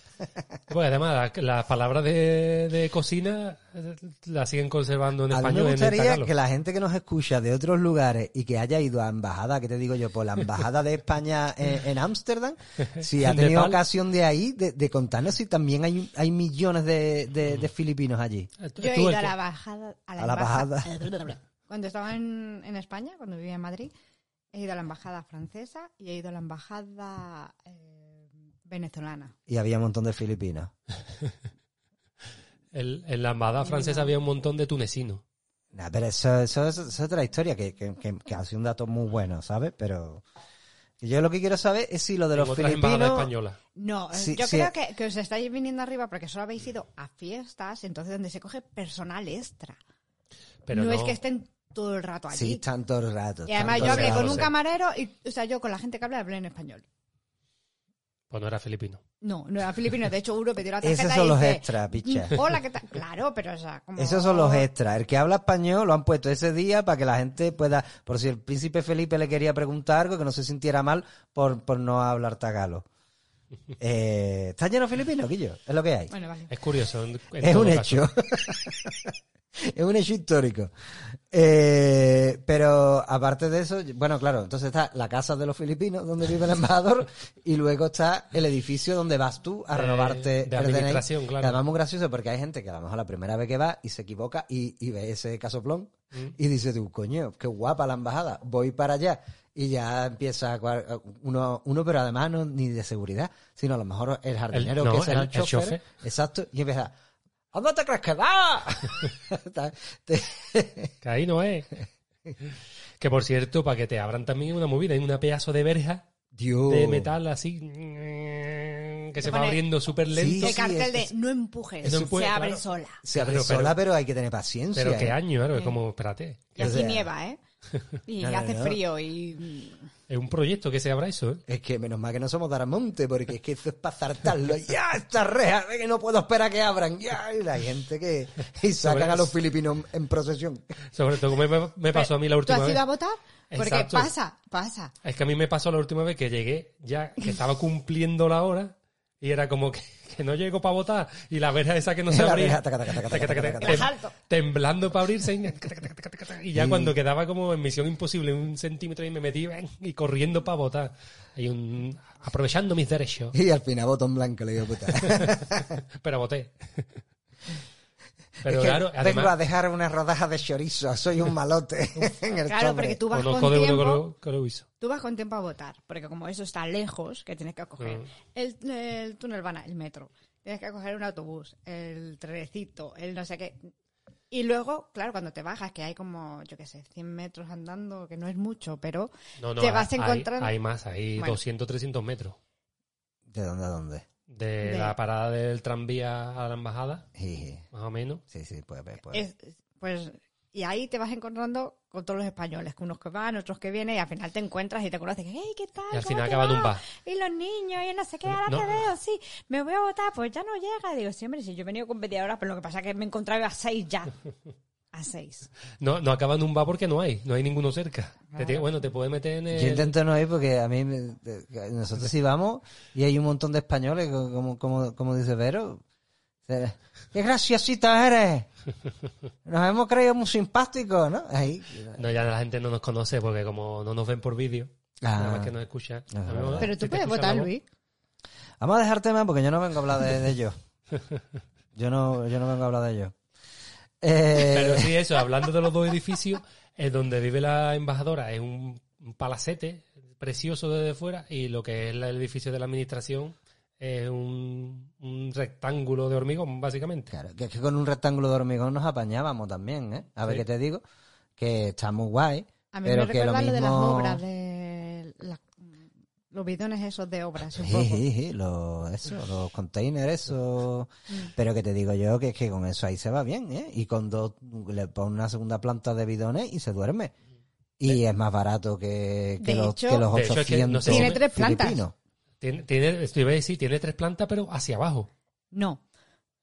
Pues además, la- las palabras de, de cocina eh, las siguen conservando en
A mí me
español. en el
gustaría
tagalo.
que la gente que nos escucha de otros lugares y que haya ido a embajada, que te digo yo, por la embajada de España en en Ámsterdam, si ha
En
tenido
Nepal.
ocasión de ahí, de, de contarnos si también hay, hay millones de, de- de filipinos allí.
Eh, Tú-
Yo he
tú
ido
el
a
que-
la bajada. A la,
A la
embaja-
bajada.
Cuando estaba en, en España, cuando vivía en Madrid, he ido a la embajada francesa y he ido a la embajada eh, venezolana.
Y había un montón de filipinos.
el- en la embajada francesa había un montón de tunecinos.
Nah, pero eso, eso, eso es otra historia que, que, que- que ha sido un dato muy bueno, ¿sabes? Pero yo lo que quiero saber es si lo de
En
los
otras embajadas
filipinos...
españolas.
No, eh,
Sí,
yo
sí.
creo que, que os estáis viniendo arriba porque solo habéis ido a fiestas, entonces donde se coge personal extra.
Pero
no,
no,
es que estén todo el rato allí.
Sí, tanto rato.
y además
tanto
yo hablé
entonces,
con
no
un
sé.
camarero y, o sea, yo con la gente que hablé hablé en español.
Pues no era filipino.
No, no era filipino. De hecho, uno pidió la tarjeta
Esos
y
son los
dice,
extras, picha.
"Mm, Hola, ¿qué tal? Claro, pero o sea, como...
Esos son los extras. El que habla español lo han puesto ese día para que la gente pueda, por si el príncipe Felipe le quería preguntar algo, que no se sintiera mal por, por no hablar tagalo. Eh, ¿Está lleno de filipinos, Guillo? Es lo que hay.
Bueno, vale.
Es curioso. en- en
es
todo
un
caso.
hecho. es un hecho histórico. Eh, pero aparte de eso, bueno, claro, entonces está la casa de los filipinos donde vive el embajador y luego está el edificio donde vas tú a
De-
renovarte
Eh, de
el DNI.
administración, claro.
Que Además, muy gracioso porque hay gente que a lo mejor la primera vez que va y se equivoca y, y ve ese casoplón
Mm.
y dice tú, coño, qué guapa la embajada, voy para allá. Y ya empieza a cuar- uno, uno, pero además no ni de seguridad, sino a lo mejor el jardinero
no,
que será el,
el- el
chofer,
chofer.
Exacto. Y empieza, ¿a dónde te crees que va? Está- te-
Que ahí no es. que por cierto, para que te abran también una movida, hay una pedazo de verja
Dios.
de metal así que se va
pone-
abriendo súper
Sí,
lento.
el
sí,
cartel
es-
de no empujes,
No
se
empuje-
abre
claro.
sola.
Se abre
Pero- pero-
sola, pero hay que tener paciencia.
Pero qué
¿eh?
año, claro, es como, espérate.
Y aquí
O sea-
nieva, ¿eh? Y
No, no,
hace
no.
frío y...
Es un proyecto que se abra eso, ¿eh?
Es que menos mal que no somos Daramonte, porque es que eso es para saltarlo. ¡Ya! Esta reja, ve que no puedo esperar que abran. ¡Ya! Y la gente que. Y sacan
Sobre-
a los filipinos en procesión.
Sobre todo como me, me pasó a mí la
¿Tú
última
has
vez.
ido a votar? Porque
Exacto.
pasa, pasa.
Es que a mí me pasó la última vez que llegué, ya que estaba cumpliendo la hora y era como que, que no llego para votar y la verja esa que no se
La
abría.
verja, taca, taca, taca, taca, taca, taca, Mm.
tem-
taca.
Temblando para abrirse y, taca, taca, taca, taca, taca, y ya cuando quedaba como en misión imposible un centímetro y me metí ven, y corriendo para votar. Y un, aprovechando mis derechos,
Y al final botón blanco, le digo puta.
pero voté. Pero
Es que
claro,
vengo a
además...
dejar una rodaja de chorizo, soy un malote en el
Claro,
sobre.
porque tú vas
Conozco
con
de uno que
tiempo...
lo, que lo hizo.
Tú vas con tiempo a votar, porque como eso está lejos, que tienes que coger el, el túnel van el metro, tienes que coger un autobús, el trenecito, el no sé qué. Y luego, claro, cuando te bajas, que hay como, yo qué sé, 100 metros andando, que no es mucho, pero
No, no,
te
hay-
vas
hay-
encontrando...
Hay, más, hay
Bueno.
200, 300 metros.
¿De dónde a dónde?
De,
De-
la parada del tranvía a la embajada,
Sí,
más o menos.
sí, sí, pues, pues, pues.
es- pues, Y ahí te vas encontrando con todos los españoles, con unos que van, otros que vienen, y al final te encuentras y te conoces. ¡Hey, qué tal!
Y al
¿Cómo
final
te
acaban
va?
un bar.
Y los niños, y no sé qué, ahora
No.
te veo, sí, me voy a votar, pues ya no llega. Digo, sí, hombre, si yo he venido con media hora, pero lo que pasa es que me encontraba a seis ya. A seis.
No, no acaban un bar porque no hay, no hay ninguno cerca. Te
Claro.
tiene- bueno, te puedes meter en el...
Yo intento no ir porque a mí, me- de- nosotros sí vamos y hay un montón de españoles, co- como, como, como dice Vero. Eh, ¡Qué graciosita eres! Nos hemos creído muy simpáticos, ¿no? Ahí.
No, ya la gente no nos conoce porque como no nos ven por vídeo,
Ah.
nada más que nos escuchan.
Ajá. Ah,
Pero tú puedes votar, Luis.
Vamos a dejar tema porque yo no vengo a hablar de, de ellos. Yo no, yo no vengo a hablar de ellos. Eh,
Pero sí, eso, hablando de los dos edificios, es donde vive la embajadora, es un, un palacete precioso desde fuera y lo que es la- el edificio de la administración es un, un rectángulo de hormigón, básicamente.
Claro, que es que con un rectángulo de hormigón nos apañábamos también, ¿eh? A ver
Sí.
qué te digo, que está muy guay.
A mí
pero
me
que lo
recuerda lo, de las
mismo-
obras, de las- los bidones esos de obras, un
Sí,
poco.
sí, sí, lo- eso, los containers, eso.
Mm.
Pero que te digo yo que es que con eso ahí se va bien, ¿eh? Y con dos, le pones una segunda planta de bidones y se duerme. Y es más barato que, que
De
los,
hecho-
que los
De hecho,
800
es que no se
Tiene tres plantas.
filipinos.
Tiene, tiene, esto iba a decir, tiene tres plantas, pero hacia abajo.
No,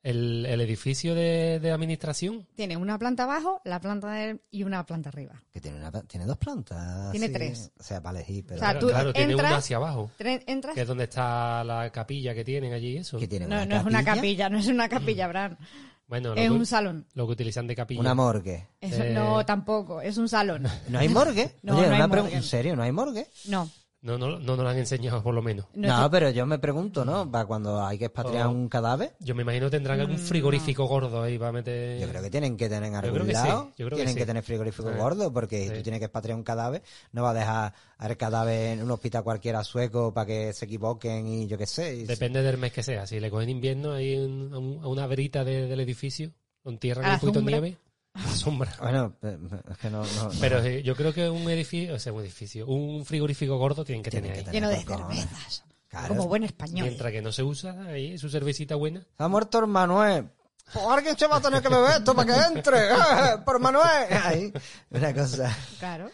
El, el edificio de, de administración.
tiene una planta abajo, la planta de- y una planta arriba.
Que tiene, una, tiene dos plantas.
Tiene tres.
O sea, vale, sí, pero.
O sea,
claro,
tú
claro, tiene una
entras-
hacia abajo,
Tre- Entras,
que es donde está la capilla que tienen allí y eso.
que tiene
no, no es una capilla, no es una capilla, Bran.
Bueno, lo,
Es
que,
un salón.
lo que utilizan de capilla.
Una morgue.
Eso-
Eh.
No, tampoco, es un salón.
¿No hay morgue?
No,
Oye,
no hay
una pregunta,
morgue.
¿En serio? ¿No hay morgue?
No,
no, no, no nos la han enseñado, por lo menos.
no,
No,
está-
pero yo me pregunto, ¿no? Para cuando hay que expatriar
Oh.
un cadáver,
Yo me imagino tendrán algún
Mm,
frigorífico gordo ahí para meter.
yo creo que tienen que tener en algún
creo que sí,
lado,
yo creo que
tienen
sí.
que, tener frigorífico
Sí.
gordo, porque si
Sí.
tú tienes que expatriar un cadáver, no va a dejar al cadáver en un hospital cualquiera sueco para que se equivoquen y yo qué sé. y-
Depende del mes que sea. Si le cogen invierno ahí en- a, un- a una verita de- del edificio, con
A
tierra
la
un poquito de
sombra.
nieve, a la sombra.
Bueno, eh, es que no... no- no.
Pero sí, yo creo que un edificio, o sea, un edificio, un frigorífico gordo tienen que
Tienen
tener
que
ahí.
tener.
lleno de
por cojones.
cervezas.
Claro.
Como buen español.
Mientras que no se usa, ahí su cervecita buena.
Ha muerto el Manuel. Pues alguien se va a tener que beber esto para que entre. ¡Eh! ¡Por Manuel! Ay, una cosa...
Claro.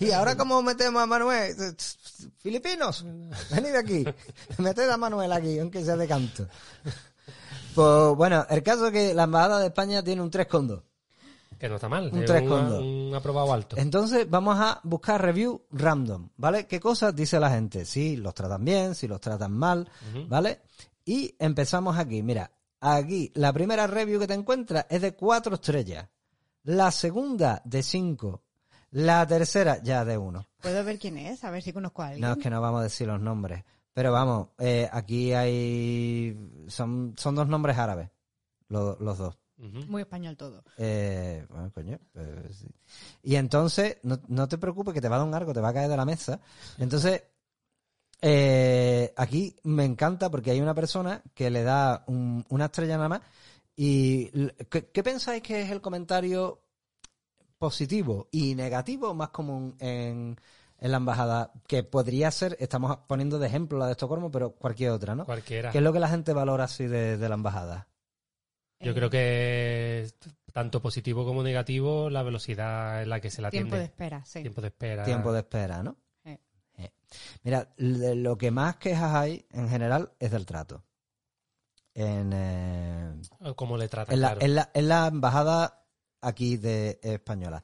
¿Y ahora cómo metemos a Manuel? eh, Filipinos, venid aquí. Meted a Manuel aquí, aunque sea de canto. Pues bueno, el caso es que la Embajada de España tiene un 3,2.
Que no está mal.
Un
es
tres
un-
condo.
un aprobado alto.
Entonces vamos a buscar review random, ¿vale? ¿Qué cosas dice la gente? Si los tratan bien, si los tratan mal, ¿vale? Y empezamos aquí, mira, aquí la primera review que te encuentras es de cuatro estrellas, la segunda de cinco, la tercera ya de uno.
¿Puedo ver quién es? A ver si conozco a alguien.
No, es que no vamos a decir los nombres. Pero vamos, eh, aquí hay. Son, son dos nombres árabes, lo- los dos.
Ujú.
Muy español todo.
Eh, bueno, coño. eh, sí. Y entonces, no, no te preocupes que te va a dar un arco, te va a caer de la mesa. Entonces, eh, aquí me encanta porque hay una persona que le da un- una estrella nada más. ¿Y l- ¿qué, qué pensáis que es el comentario positivo y negativo más común en, en la embajada? Que podría ser, estamos poniendo de ejemplo la de Estocolmo, pero cualquier otra, ¿no?
Cualquiera.
¿Qué es lo que la gente valora así de, de la embajada?
Yo
Eh,
creo que tanto positivo como negativo, la velocidad en la que se la
Tiempo de
atiende.
espera, sí.
Tiempo de espera.
Tiempo de espera, ¿no?
Eh.
Eh. Mira, l- lo que más quejas hay en general es del trato. En, eh,
Cómo le tratan.
en, la,
claro.
en la- en la embajada aquí de española.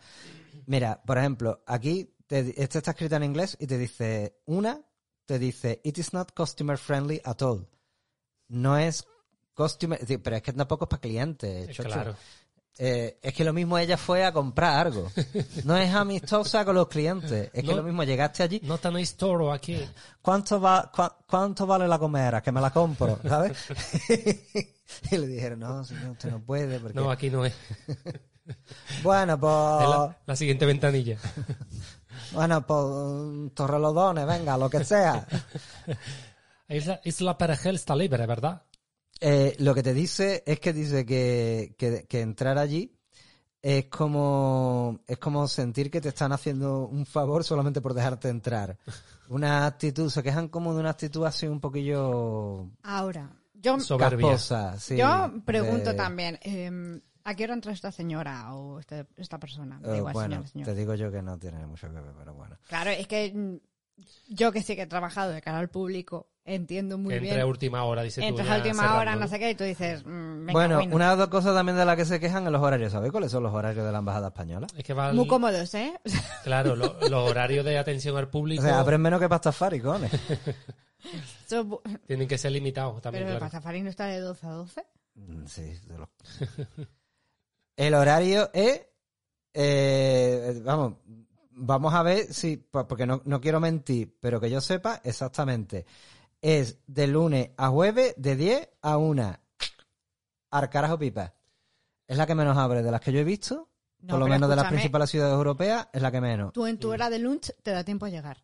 Mira, por ejemplo, aquí te, di- esta está escrita en inglés y te dice una, te dice it is not customer friendly at all. No es customer, es decir, pero es que tampoco es para clientes. chocho.
Claro.
Eh, es que lo mismo ella fue a comprar algo. No es amistosa con los clientes. Es que
No.
lo mismo llegaste allí.
No tan toro aquí.
Ah, ¿Cuánto, va, cua- ¿Cuánto vale la comera? Que me la compro, ¿sabes? y le dijeron, no, señor, usted no puede. Porque...
No, aquí no es.
Bueno, pues,
Es la, la siguiente ventanilla.
bueno, pues mm, torrelodones, venga, lo que sea.
Isla, Isla Perejil está libre, ¿verdad?
Eh, lo que te dice es que dice que, que- que entrar allí es como es como sentir que te están haciendo un favor solamente por dejarte entrar. Una actitud, se quejan como de una actitud así un poquillo
Ahora, yo,
Soberbia.
casposa, sí,
yo pregunto
de-
también, eh, ¿A qué hora entró esta señora o este- esta persona? Me da
Eh,
igual,
bueno,
señor, señor.
te digo yo que no tiene mucho que ver, pero bueno.
Claro, es que mm, yo que sí que he trabajado de cara al público, entiendo muy
que entra a
bien.
última hora, dice
Entras
tú.
a
ya
última
cerrando,
hora,
¿no?
no sé qué, y tú dices, mm, venga,
bueno,
bueno.
una de las cosas también de las que se quejan en los horarios, ¿sabéis cuáles son los horarios de la Embajada Española?
Es que va al-
Muy cómodos, ¿eh?
Claro, lo- los horarios de atención al público
O sea, abren menos que Pastafari, cojones.
Eso bu-
tienen que ser limitados también,
Pero el
claro.
Pastafari no está de 12 a 12.
Mm, Sí, de los- El horario es. eh, vamos, vamos a ver si. po- Porque no, no quiero mentir, pero que yo sepa exactamente. Es de lunes a jueves, de 10 a 1. Arcarajo pipa. Es la que menos abre de las que yo he visto.
No,
por lo
pero
menos de las
escúchame,
principales ciudades europeas, es la que menos.
Tú en tu
Mm.
hora de lunch te da tiempo a llegar.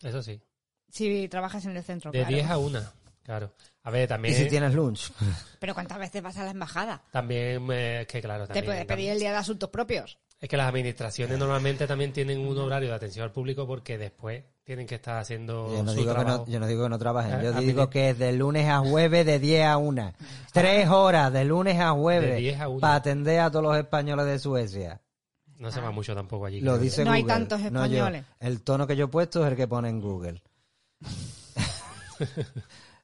Eso sí.
Si trabajas en el centro,
De
claro.
10 a 1, claro. A ver,
Y
también...
si tienes lunch.
Pero ¿cuántas veces vas a la embajada?
También, eh, es que claro,
Te
también,
puedes pedir
también-
el día de asuntos propios.
es que las administraciones normalmente también tienen un horario de atención al público porque después tienen que estar haciendo
Yo no,
su
digo que
trabajo.
no, yo no digo que no trabajen,
Eh,
yo
a mí
digo
di- Ah.
que es de lunes a jueves de 10 a 1. Tres horas de lunes a
De
jueves
10 a 1.
para atender a todos los españoles de Suecia.
No
Ah.
se va mucho tampoco allí.
Lo
creo.
dice
No hay
Google,
tantos
no yo.
españoles.
El tono que yo he puesto es el que pone en Google.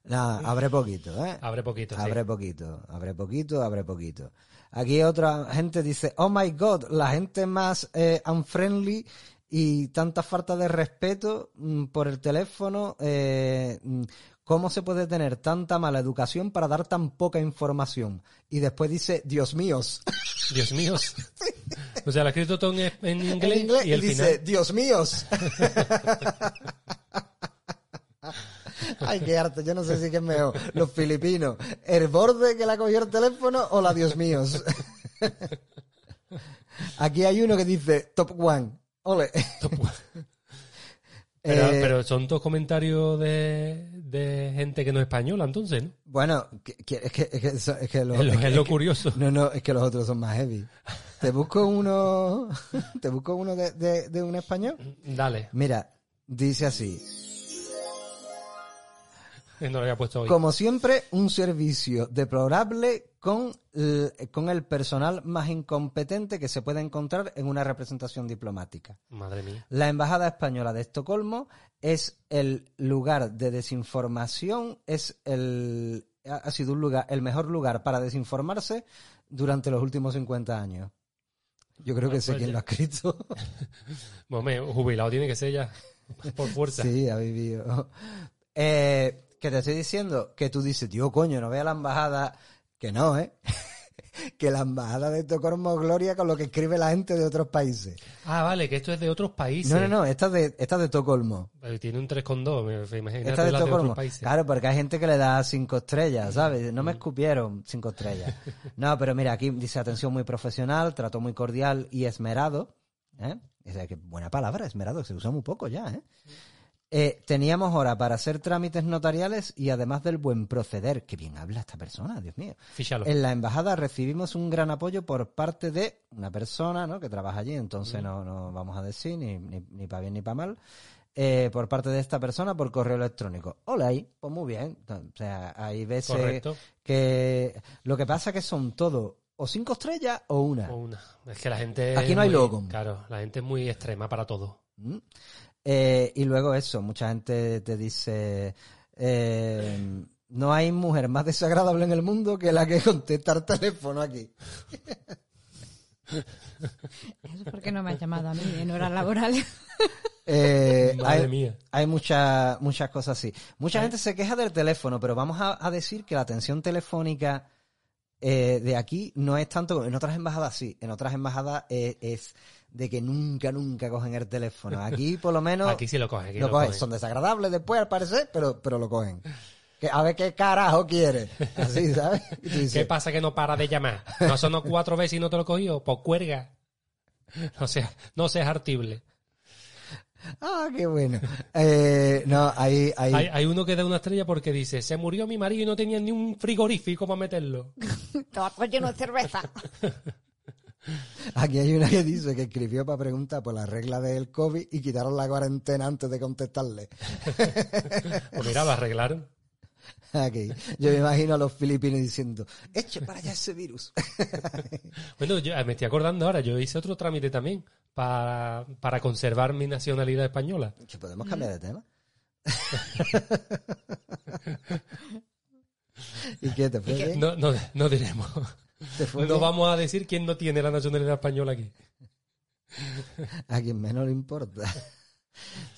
Nada, abre poquito, ¿eh?
Abre poquito, sí.
Abre poquito, abre poquito, abre poquito. Aquí otra gente dice, oh my god, la gente más eh, unfriendly y tanta falta de respeto mm, por el teléfono. eh, mm, ¿Cómo se puede tener tanta mala educación para dar tan poca información? Y después dice, Dios míos.
Dios mío. o sea, lo ha escrito todo en, en inglés,
En inglés,
y el
dice,
final...
Dios míos. Ay, qué harto, yo no sé si qué es mejor, los filipinos, el borde que la cogió el teléfono o la Dios míos. Aquí hay uno que dice Top One, ole.
Pero,
Eh,
pero son todos comentarios de, de gente que no es española, entonces, ¿no?
Bueno, que- que- es que, es que, eso- es que los-
es lo,
es que-
es lo
es que-
curioso.
No, no, es que los otros son más heavy. Te busco uno, te busco uno de- de- de un español.
Dale,
Mira, dice así.
no lo había puesto hoy.
Como siempre, un servicio deplorable con, l- con el personal más incompetente que se puede encontrar en una representación diplomática.
Madre mía.
La Embajada Española de Estocolmo es el lugar de desinformación, es el, ha ha sido un lugar, el mejor lugar para desinformarse durante los últimos 50 años. Yo creo que sé quién lo ha escrito.
Hombre, jubilado tiene que ser ya, por fuerza.
Sí, ha vivido. Eh, que te estoy diciendo que tú dices, tío, coño, no vea la embajada. Que no, ¿eh? que la embajada de Estocolmo gloria con lo que escribe la gente de otros países.
Ah, vale, que esto es de otros países.
No, no, no, esta es de, esta es de Estocolmo.
Eh, Tiene un 3,2, me- imagínate
Esta es de
las de
Estocolmo.
otros países. Mm.
Claro, porque hay gente que le da cinco estrellas, ¿sabes? No me escupieron cinco estrellas. No, pero mira, aquí dice atención muy profesional, trato muy cordial y esmerado. ¿eh? O sea, que buena palabra, esmerado, se usa muy poco ya, ¿eh? Eh, teníamos hora para hacer trámites notariales y además del buen proceder. Qué bien habla esta persona, Dios mío.
Fíjalo.
En la embajada recibimos un gran apoyo por parte de una persona ¿no? que trabaja allí, entonces no, no vamos a decir ni, ni, para bien ni para mal, eh, por parte de esta persona por correo electrónico. Hola ahí, pues muy bien. O sea, hay veces
Correcto.
que lo que pasa es que son todo o cinco estrellas o una.
O una. Es que la gente. es
Aquí no hay
muy-
logo.
Claro, la gente es muy extrema para todo.
¿Mm? Eh, y luego eso, mucha gente te dice, eh, no hay mujer más desagradable en el mundo que la que contesta al teléfono aquí.
Eso es porque no me has llamado a mí en horas laborales.
Eh,
Madre
hay-
mía.
Hay muchas muchas cosas así. Mucha gente se queja del teléfono, pero vamos a, a decir que la atención telefónica eh, de aquí no es tanto. En otras embajadas sí. En otras embajadas eh, es de que nunca, nunca cogen el teléfono. Aquí, por lo menos,
Aquí sí lo cogen. Aquí
lo
lo
cogen.
cogen.
Son desagradables después, al parecer, pero, pero lo cogen. Que, a ver qué carajo quiere. Así, ¿sabes? Y tú
¿Qué
dices,
pasa que no para de llamar? No sonó cuatro veces y no te lo he cogido. Pues cuerga. No seas, no seas artible.
ah, qué bueno. Eh, no, ahí, ahí.
Hay, hay uno que da una estrella porque dice: Se murió mi marido y no tenía ni un frigorífico para meterlo.
Todo
pues
lleno de cerveza.
Aquí hay una que dice que escribió para preguntar por la regla del COVID y quitaron la cuarentena antes de contestarle.
Pues mira, lo arreglaron.
aquí. Yo me imagino a los filipinos diciendo, eche para allá ese virus.
Bueno, yo eh, me estoy acordando ahora, yo hice otro trámite también para, para conservar mi nacionalidad española.
Che, ¿Podemos cambiar de tema? ¿Y qué te fue? bien?
No, no, no diremos.
¿Te fue
No
bien? Eh.
vamos a decir quién no tiene la nacionalidad española aquí.
A quien menos le importa.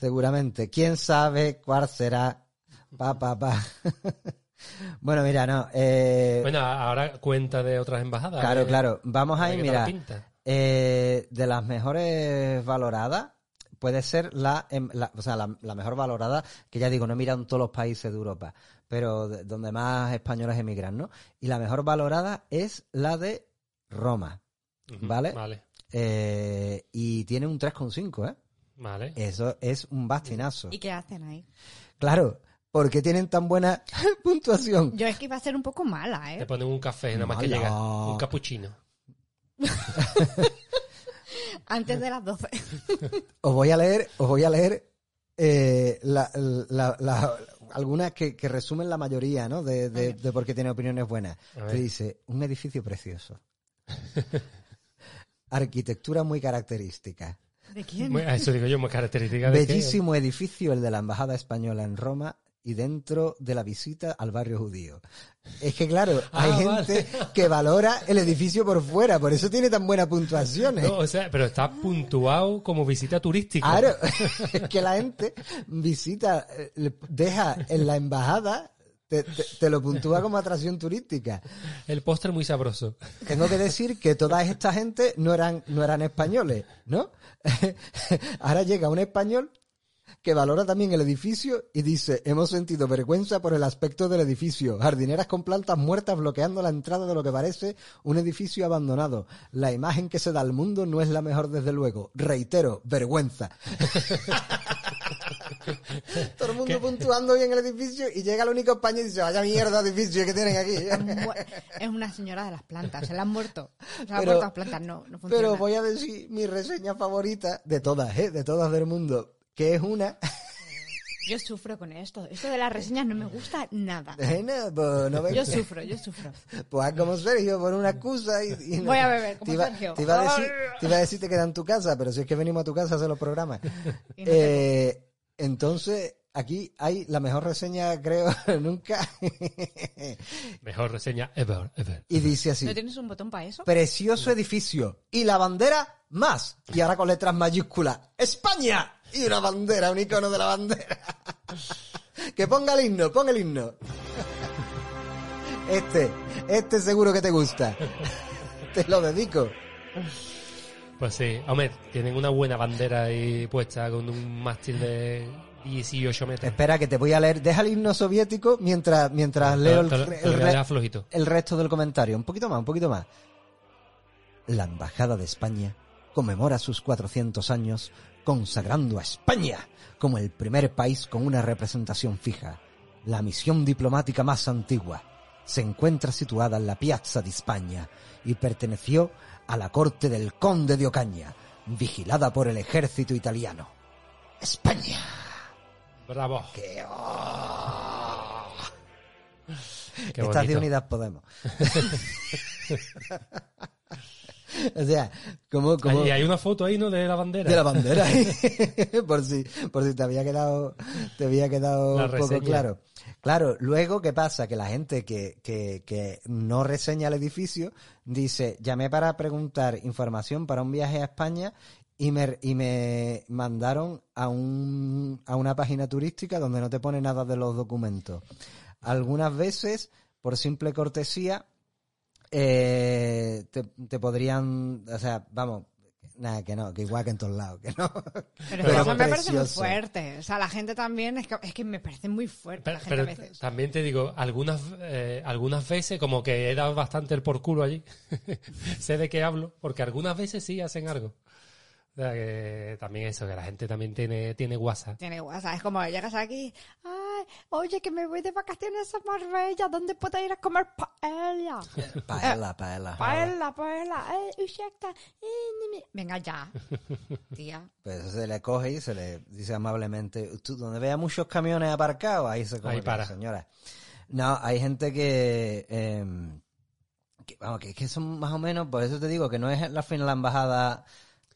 Seguramente. ¿Quién sabe cuál será? Pa, pa, pa. bueno, mira, no. eh,
Bueno, a- ahora cuenta de otras embajadas.
claro,
Pues eh,
claro. Vamos
a ver
ahí,
qué tal
mira.
pinta.
Eh, de las mejores valoradas puede ser la, em- la- o sea, la, la mejor valorada, que ya digo, no miran todos los países de Europa, pero de- donde más españoles emigran, ¿no? Y la mejor valorada es la de Roma.
Ujú,
¿Vale?
Vale,
Eh, y tiene un 3,5, ¿eh?
vale.
Eso es un bastinazo.
¿Y qué hacen ahí?
Claro, ¿por qué tienen tan buena puntuación?
Yo es que iba a ser un poco mala,
Te
¿eh?
ponen un café, nada más que
Mala.
llega. Un capuchino.
Antes de las 12.
Os voy a leer, os voy a leer eh, la- la- la- algunas que, que resumen la mayoría, ¿no? De, de- de por qué tiene opiniones buenas.
A ver.
Te dice, un edificio precioso. Arquitectura muy característica.
¿De quién?
Muy- Eso digo yo, muy característica de eh. que-
Bellísimo edificio el de la Embajada Española en Roma y dentro de la visita al barrio judío. Es que claro, hay
Ah,
gente que valora el edificio por fuera, por eso tiene tan buenas puntuaciones.
No, o sea, pero está puntuado como visita turística.
Claro, es que la gente visita, eh, le- deja en la embajada, te, te- te lo puntúa como atracción turística.
El postre muy sabroso.
Tengo que decir que toda esta gente no eran, no eran españoles, ¿no? Ahora llega un español que valora también el edificio y dice, hemos sentido vergüenza por el aspecto del edificio, jardineras con plantas muertas bloqueando la entrada de lo que parece un edificio abandonado. La imagen que se da al mundo no es la mejor desde luego. Reitero, vergüenza. Todo el mundo puntuando bien el edificio y llega el único español y dice, vaya mierda de edificio que tienen aquí.
Mu- Es una señora de las plantas, se la han muerto. Se la han
Pero-
muerto las plantas, no, no funciona.
Pero voy a decir mi reseña favorita de todas, ¿eh? de todas del mundo, que es una...
Yo sufro con esto. Esto de las reseñas no me gusta nada.
Eh, no, pues, no
Yo
vengas.
sufro, yo sufro.
Pues haz como Sergio, por una excusa y... y no-
Voy a beber, como
te iba,
Sergio.
Te iba, a decir,
Arr.
te iba a decir te queda en tu casa, pero si es que venimos a tu casa a hacer los programas.
Y no
Eh, entonces, aquí hay la mejor reseña, creo, nunca.
Mejor reseña ever, ever.
y dice así.
¿No tienes un botón para eso?
Precioso edificio. Y la bandera más. Y ahora con letras mayúsculas. España. Y una bandera, un icono de la bandera. Que ponga el himno, ponga el himno. Este, este seguro que te gusta. Te lo dedico.
Pues sí, hombre, tienen una buena bandera ahí puesta con un mástil de 18 metros.
Espera que te voy a leer. Deja el himno soviético mientras, mientras leo el,
Te lo-
re-
te lo
el
voy
re-
a dejar flojito.
el resto del comentario. Un poquito más, un poquito más. La Embajada de España conmemora sus 400 años consagrando a España como el primer país con una representación fija, la misión diplomática más antigua. Se encuentra situada en la Piazza di España y perteneció a la corte del conde de Ocaña, vigilada por el ejército italiano. España.
Bravo.
¡Qué oh!
Qué
Estás de
bonito.
Unidad Podemos. o sea, como, como
Y hay una foto ahí, ¿no? De la bandera.
de la bandera. por si, por si te había quedado, te había quedado
La
un poco
reseña.
claro. Claro, luego qué pasa, que la gente que, que, que no reseña el edificio dice, llamé para preguntar información para un viaje a España y me, y me mandaron a, un, a una página turística donde no te pone nada de los documentos. Algunas veces, por simple cortesía, eh, te, te podrían, o sea, vamos, nada, que no, que igual que en todos lados, que no.
Pero,
Pero
eso me parece muy
precioso.
fuerte. O sea, la gente también es que, es que me parece muy fuerte
Pero,
la gente
pero
a veces.
también te digo, algunas, eh, algunas veces como que he dado bastante el por culo allí. sé de qué hablo, porque algunas veces sí hacen algo. O sea, que también eso, que la gente también tiene, tiene WhatsApp.
Tiene WhatsApp, es como llegas aquí, ay, oye que me voy de vacaciones a Marbella, ¿dónde puedo ir a comer paella?
Paella, paella.
Paella, paella, eh, ushakta, eh, ni me-". Venga ya, tía.
Pues eso se le coge y se le dice amablemente, "Tú, donde vea muchos camiones aparcados, ahí se come
Ahí
la
para.
señora. No, hay gente que, em, que, vamos, que, que son más o menos, por eso te digo que no es la final la embajada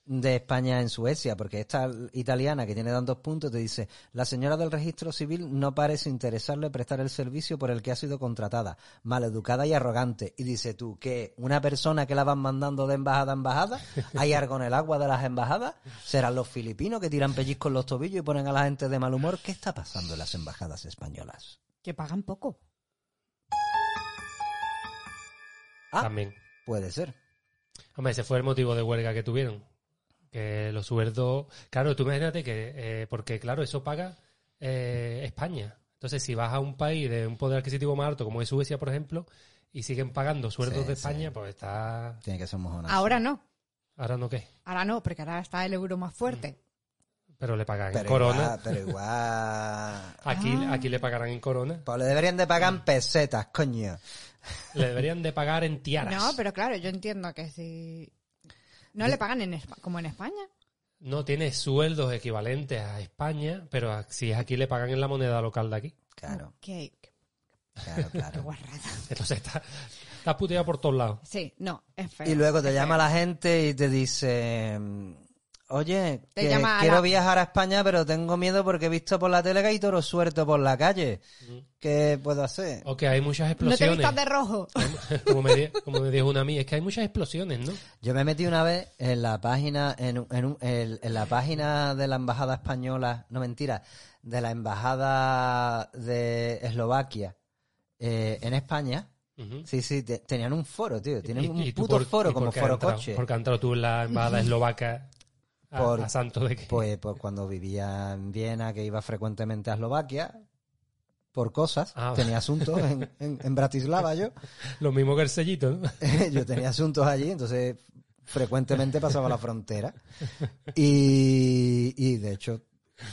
de España en Suecia, porque esta italiana que tiene tantos puntos te dice, la señora del registro civil no parece interesarle prestar el servicio por el que ha sido contratada, maleducada y arrogante. Y dice tú, que una persona que la van mandando de embajada a embajada, hay algo en el agua de las embajadas, serán los filipinos que tiran pellizcos en los tobillos y ponen a la gente de mal humor. ¿Qué está pasando en las embajadas españolas?
Que pagan poco.
Ah,
También.
puede ser.
Hombre, ese fue el motivo de huelga que tuvieron. Que los sueldos. Claro, tú imagínate que. eh, porque, claro, eso paga eh, España. Entonces, si vas a un país de un poder adquisitivo más alto, como es Suecia, por ejemplo, y siguen pagando sueldos
Sí,
de
sí.
España, pues está.
Tiene que ser mojonazo.
Ahora no.
Ahora no qué.
Ahora no, porque ahora está el euro más fuerte.
Pero le pagan en
pero
corona.
Igual, pero igual.
Aquí,
Ah.
aquí le pagarán en corona.
Pues le deberían de pagar en pesetas, coño.
Le deberían de pagar en tiaras.
No, pero claro, yo entiendo que si... No le pagan en Espa- como en España.
No tiene sueldos equivalentes a España, pero a- si es aquí le pagan en la moneda local de aquí.
Claro,
Qué,
claro,
qué
claro.
guarrada.
Entonces está, está puteado por todos lados.
Sí, no, es feo.
Y luego te
es
llama
feo.
la gente y te dice, mm, oye,
Te
que
llama a
quiero
la-
viajar a España, pero tengo miedo porque he visto por la tele que hay toro suelto por la calle. ¿Qué puedo hacer?
Ok, hay muchas
No te
explosiones.
vistas de rojo.
como, me, di- como me dijo una mía, es que hay muchas explosiones, ¿no?
Yo me metí una vez en la página, en, un- en, un- el- en la página de la embajada española, no mentira, de la embajada de Eslovaquia eh, en España.
Ujú.
Sí, sí, te- tenían un foro, tío. Tienen
¿Y-
un
y tú
puto
por- y
foro
por
como
qué has
foro
entrado?
coche.
¿Por qué has entrado tú en la embajada eslovaca a,
Por-
a Santos de que...
Pues, pues cuando vivía en Viena, que iba frecuentemente a Eslovaquia, por cosas,
Ah,
tenía asuntos en, en- en Bratislava yo.
Lo mismo que el sellito, ¿no?
yo tenía asuntos allí, entonces frecuentemente pasaba la frontera. Y, y, de hecho,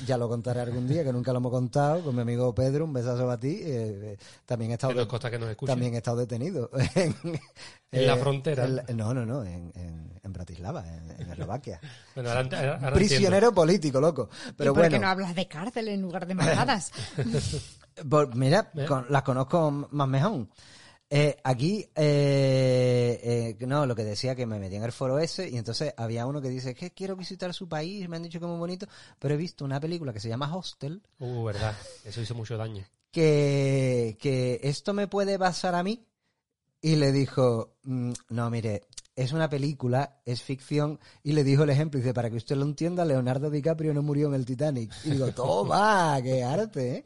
ya lo contaré algún día, que nunca lo hemos contado, con mi amigo Pedro, un besazo para ti. eh, eh, también he estado
Que nos
de-
consta que nos escuchen.
También he estado detenido. ¿En, eh,
En la frontera.
en- no, no, no, en, en- en Bratislava, en, en Eslovaquia.
Bueno, ahora, ent- ahora- ahora entiendo.
Prisionero político, loco.
Pero
Pero
por qué
bueno,
no hablas de cárcel en lugar de maladas?
por- Pues mira,
Mira.
con- las conozco más mejor. Eh, aquí, eh, eh, no, lo que decía que me metí en el foro ese y entonces había uno que dice, es que quiero visitar su país, me han dicho que es muy bonito, pero he visto una película que se llama Hostel,
Uh, verdad. Eso hizo mucho daño.
que, que esto me puede pasar a mí. Y le dijo, "Mm, no, mire, es una película, es ficción. Y le dijo el ejemplo, dice, para que usted lo entienda, Leonardo DiCaprio no murió en el Titanic. Y digo, toma, qué arte, ¿eh?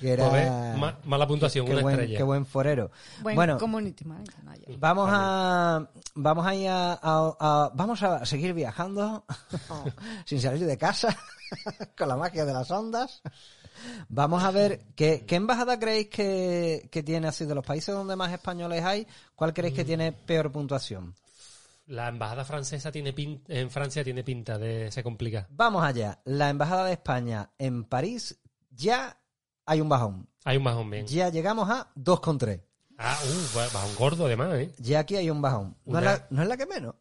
Que
Pues ves,
era...
ma- mala puntuación,
Qué
una
buen,
estrella.
qué buen forero.
Buen
bueno,
community manager. no, yo-
vamos a vamos a, ir a- a- a- vamos a seguir viajando sin salir de casa con la magia de las ondas. Vamos a ver qué, qué embajada creéis que, que tiene así de los países donde más españoles hay. ¿Cuál creéis
Mm.
que tiene peor puntuación?
La embajada francesa tiene pin- en Francia tiene pinta de se complica.
Vamos allá. La embajada de España en París ya hay un bajón.
Hay un bajón bien.
Ya llegamos a 2,3.
Ah, uh, ba- bajón gordo además, ¿eh?
Ya aquí hay un bajón. No, es
Una-
la, no es la que menos.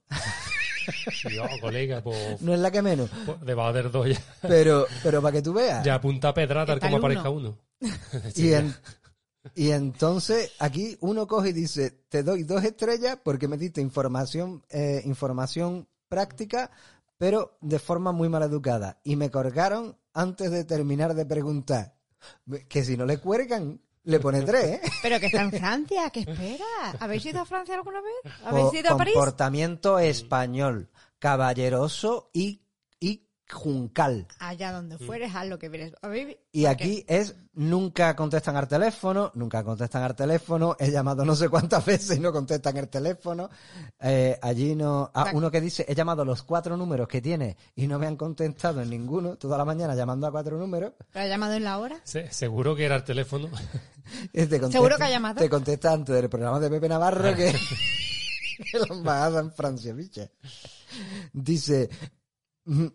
Dios, colega, pues
No es la que menos.
debajo del 2 ya.
Pero, pero para que tú veas.
Ya apunta pedra tal
Está
como
el uno.
aparezca uno.
Y, en- y entonces aquí uno coge y dice, te doy dos estrellas porque me diste información, eh, información práctica, pero de forma muy mal educada. Y me colgaron antes de terminar de preguntar. Que si no le cuelgan, le pone tres, ¿eh?
Pero que está en Francia, ¿qué espera? ¿Habéis ido a Francia alguna vez?
Co-
¿Habéis ido a París?
Comportamiento español, caballeroso y, y juncal.
Allá donde fueres, haz lo que vieres. ¿Habéis-
Y
¿Por
aquí es, nunca contestan al teléfono, nunca contestan al teléfono, he llamado no sé cuántas veces y no contestan el teléfono. Eh, allí no... Ah,
Tac.
uno que dice, he llamado los cuatro números que tiene y no me han contestado en ninguno, toda la mañana llamando a cuatro números.
qué? ¿Lo ha llamado en la hora?
Se- seguro que era el teléfono.
Y te contesta-
¿Seguro que ha llamado?
Te contesta antes del programa de Pepe Navarro que, que la embajada en Francia, bicha. Dice, mm,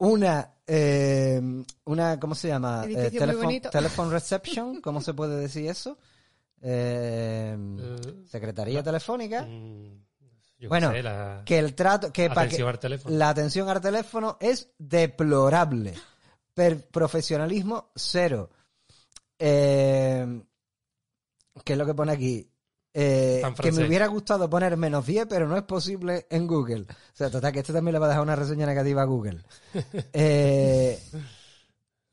una, eh, una, ¿cómo se llama?
Edificio muy
telephone,
bonito.
telephone reception, ¿cómo se puede decir eso? Eh,
Eh,
secretaría telefónica.
Mm, yo qué
Bueno,
sé, la
Que el trato, que para que
atención al teléfono.
la atención al teléfono es deplorable. Per- profesionalismo cero. Eh, que es lo que pone aquí. Eh,
Tan
que me
francés.
hubiera gustado poner menos 10, pero no es posible en Google. O sea, total, que esto también le va a dejar una reseña negativa a Google. Eh,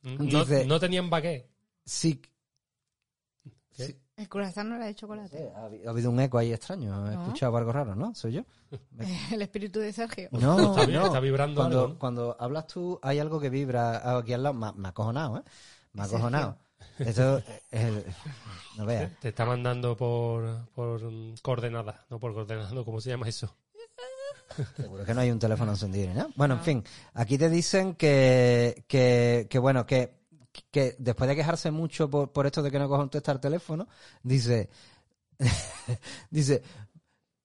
No,
Dice-
Mm, no tenían baguette.
sí.
¿Qué?
sí.
El corazón no era de
No
chocolate.
sé, eh, Ha habi- ha habido un eco ahí extraño. He
No.
escuchado algo raro, ¿no? ¿Soy yo?
El espíritu de Sergio.
No,
Está, bien,
no.
está vibrando algo.
Cuando,
¿no?
cuando hablas tú, hay algo que vibra aquí al lado. Me, ha- me ha acojonado, ¿eh? Me ha
Sergio.
acojonado. Esto es el- No veas.
Te está mandando por, por mm, coordenadas, no por coordenado, ¿cómo se llama eso?
Seguro que no hay un teléfono encendido, ¿no? Bueno, en fin, aquí te dicen que, que, que bueno, que, que después de quejarse mucho por, por esto de que no contesta el teléfono, dice, dice,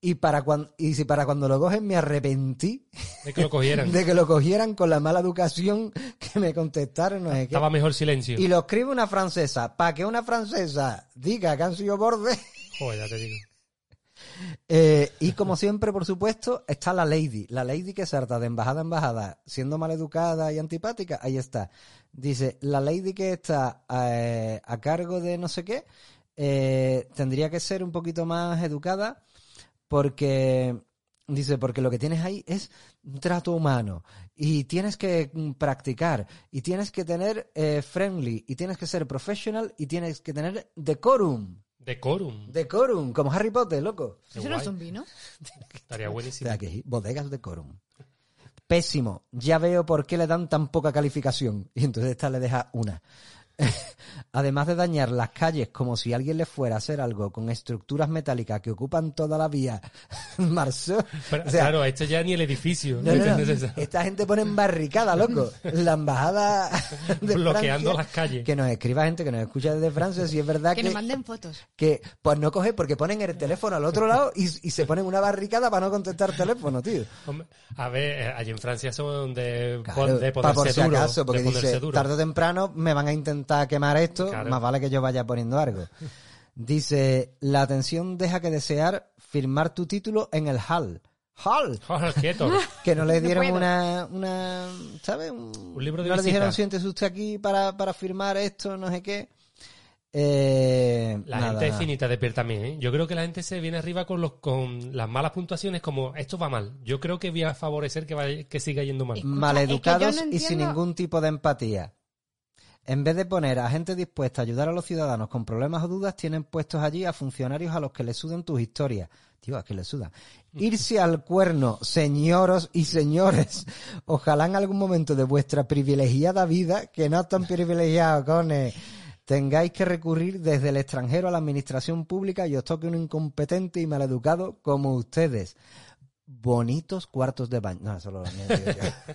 y para cuando, y si para cuando lo cogen me arrepentí
De que lo cogieran.
de que lo cogieran con la mala educación que me contestaron, no sé qué.
Estaba mejor silencio.
Y lo escribe una francesa. Para que una francesa diga que han sido bordes.
Joder, ya te digo.
Eh, y como siempre, por supuesto, está la lady. La lady que se harta de embajada a embajada, siendo maleducada y antipática. Ahí está. Dice, la lady que está eh, a cargo de no sé qué, eh, tendría que ser un poquito más educada porque... Dice, porque lo que tienes ahí es un trato humano y tienes que mm, practicar y tienes que tener eh, friendly y tienes que ser professional y tienes que tener decorum.
Decorum.
Decorum, como Harry Potter, loco.
Qué
¿Eso no es
guay.
un vino?
Estaría
O
buenísimo.
sea, que bodegas de Corum. Pésimo. Ya veo por qué le dan tan poca calificación. Y entonces esta le deja una. Además de dañar las calles como si alguien le fuera a hacer algo con estructuras metálicas que ocupan toda la vía, Marceau.
Pero,
o sea,
claro, esto ya ni el edificio.
no, no, no.
¿entiendes eso?
Esta gente pone en barricada, loco. La embajada de
Bloqueando
Francia.
las calles.
Que nos escriba gente que nos escucha desde Francia, si es verdad
Que
que,
le manden fotos.
que pues no coge porque ponen el teléfono al otro lado y, y se ponen una barricada para no contestar teléfono, tío.
Hombre, a ver, eh, allí en Francia son de,
Claro,
de
pa' por
ponerse
si
duro.
acaso, porque
de ponerse
dice,
duro.
tarde o temprano me van a intentar quemar esto,
Claro.
más vale que yo vaya poniendo algo. Dice, la atención deja que desear firmar tu título en el hall. Hall,
Joder, quieto.
que no le
No
dieron
puedo.
una, una, ¿sabes? Un,
libro de
No le
visita.
dijeron, siéntese usted aquí para, para firmar esto, no sé qué. Eh,
La
nada,
gente es
nada.
finita de piel también, ¿eh? Yo creo que la gente se viene arriba con los con las malas puntuaciones como esto va mal. Yo creo que voy a favorecer que, vaya- que siga yendo mal.
Escucha,
maleducados
es que yo no
y sin
entiendo-
ningún tipo de empatía. En vez de poner a gente dispuesta a ayudar a los ciudadanos con problemas o dudas, tienen puestos allí a funcionarios a los que le sudan tus historias. Tío, a que le sudan. Irse al cuerno, señoros y señores. Ojalá en algún momento de vuestra privilegiada vida, que no tan privilegiado, cone, tengáis que recurrir desde el extranjero a la administración pública y os toque un incompetente y maleducado como ustedes. Bonitos cuartos de baño. No, eso lo digo yo.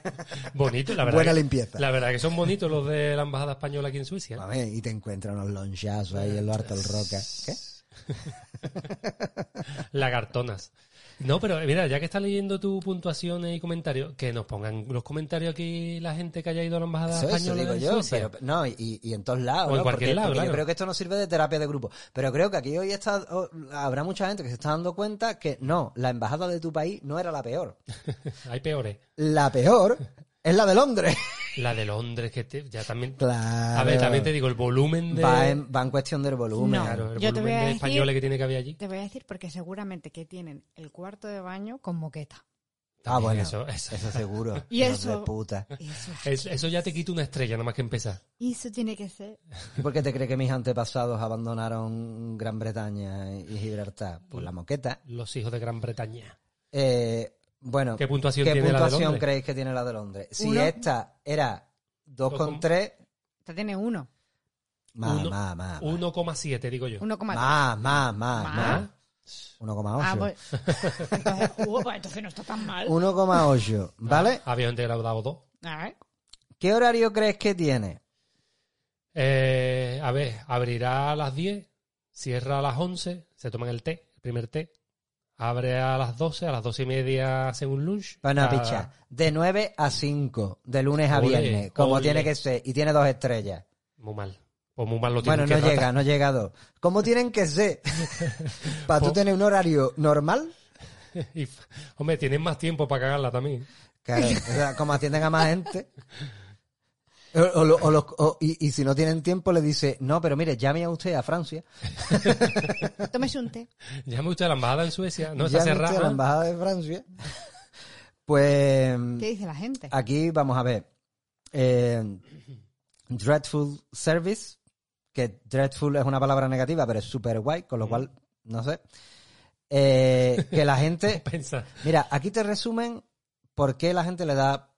Bonito, la verdad.
Buena
que-
limpieza.
La verdad que son bonitos los de la embajada española aquí en Suiza. ¿eh?
A ver, y te encuentran unos lonchazos ahí en los Artel Roca. ¿Qué?
Lagartonas. No, pero eh, mira, ya que estás leyendo tus puntuaciones y comentarios, que nos pongan los comentarios aquí la gente que haya ido a la embajada
Eso, eso
española
digo
en
yo,
Suiza.
pero no, y, y en todos lados.
O en
¿no?
cualquier
porque,
lado,
porque yo
claro.
creo que esto nos sirve de terapia de grupo. Pero creo que aquí hoy está, o- habrá mucha gente que se está dando cuenta que no, la embajada de tu país no era la peor.
Hay peores.
La peor es la de Londres.
La de Londres, que te- ya también.
Claro.
A ver, también te digo, el volumen de.
va, en, va en cuestión del volumen. Ah,
No.
Claro, el
Yo te voy
volumen
a
de
decir-
españoles que tiene que haber allí.
Te voy a decir porque seguramente que tienen el cuarto de baño con moqueta.
Ah, bueno.
Eso,
Eso,
eso.
seguro.
Y
Hijos
eso-
de puta.
Eso,
Es- eso ya te quita una estrella, nada más que empezar.
eso tiene que ser.
¿Y ¿Por qué te crees que mis antepasados abandonaron Gran Bretaña y Gibraltar? Por la moqueta.
Los hijos de Gran Bretaña.
Eh, bueno,
¿Qué puntuación
¿qué
tiene la de
puntuación
Londres?
creéis que tiene la de Londres? Si
Uno.
esta era
Dos
2,3,
Te tiene uno.
más,
Pues Uno.
más, más.
1,7, digo yo.
1,3.
Más, más, más,
Más.
más.
Ah,
1,8.
pues, entonces, uh, pues entonces no está tan mal.
1,8, ¿vale?
Había gente que le ha dado 2.
A ver,
¿Qué horario crees que tiene?
Eh, a ver, abrirá a las 10, cierra a las 11, se toman el té, el primer té. Abre a las 12, a las 12 y media hacen un lunch.
Bueno,
Ah,
Pues picha, de 9 a 5, de lunes a
Ole,
viernes, como
ole.
tiene que ser, y tiene dos estrellas.
Muy mal. Pues muy mal lo tienen
Bueno,
que
no
tratar.
llega, no llega a dos. ¿Cómo tienen que ser? Para tú
Po-
tener un horario normal,
Y, f- hombre, tienen más tiempo para cagarla también.
Claro, o sea, como atienden a más gente. O- o lo- o los- o- y, y si no tienen tiempo, le dice, no, pero mire, llame a usted a Francia.
Tómese un té.
Llame usted a la embajada en Suecia. No, está
llame usted a la
cerrada. ¿no?
embajada de Francia. Pues
¿Qué dice la gente?
aquí vamos a ver. Eh, dreadful service, que dreadful es una palabra negativa, pero es súper guay, con
Mm.
lo cual, no sé. Eh, que la gente
Pensa.
Mira, aquí te resumen por qué la gente le da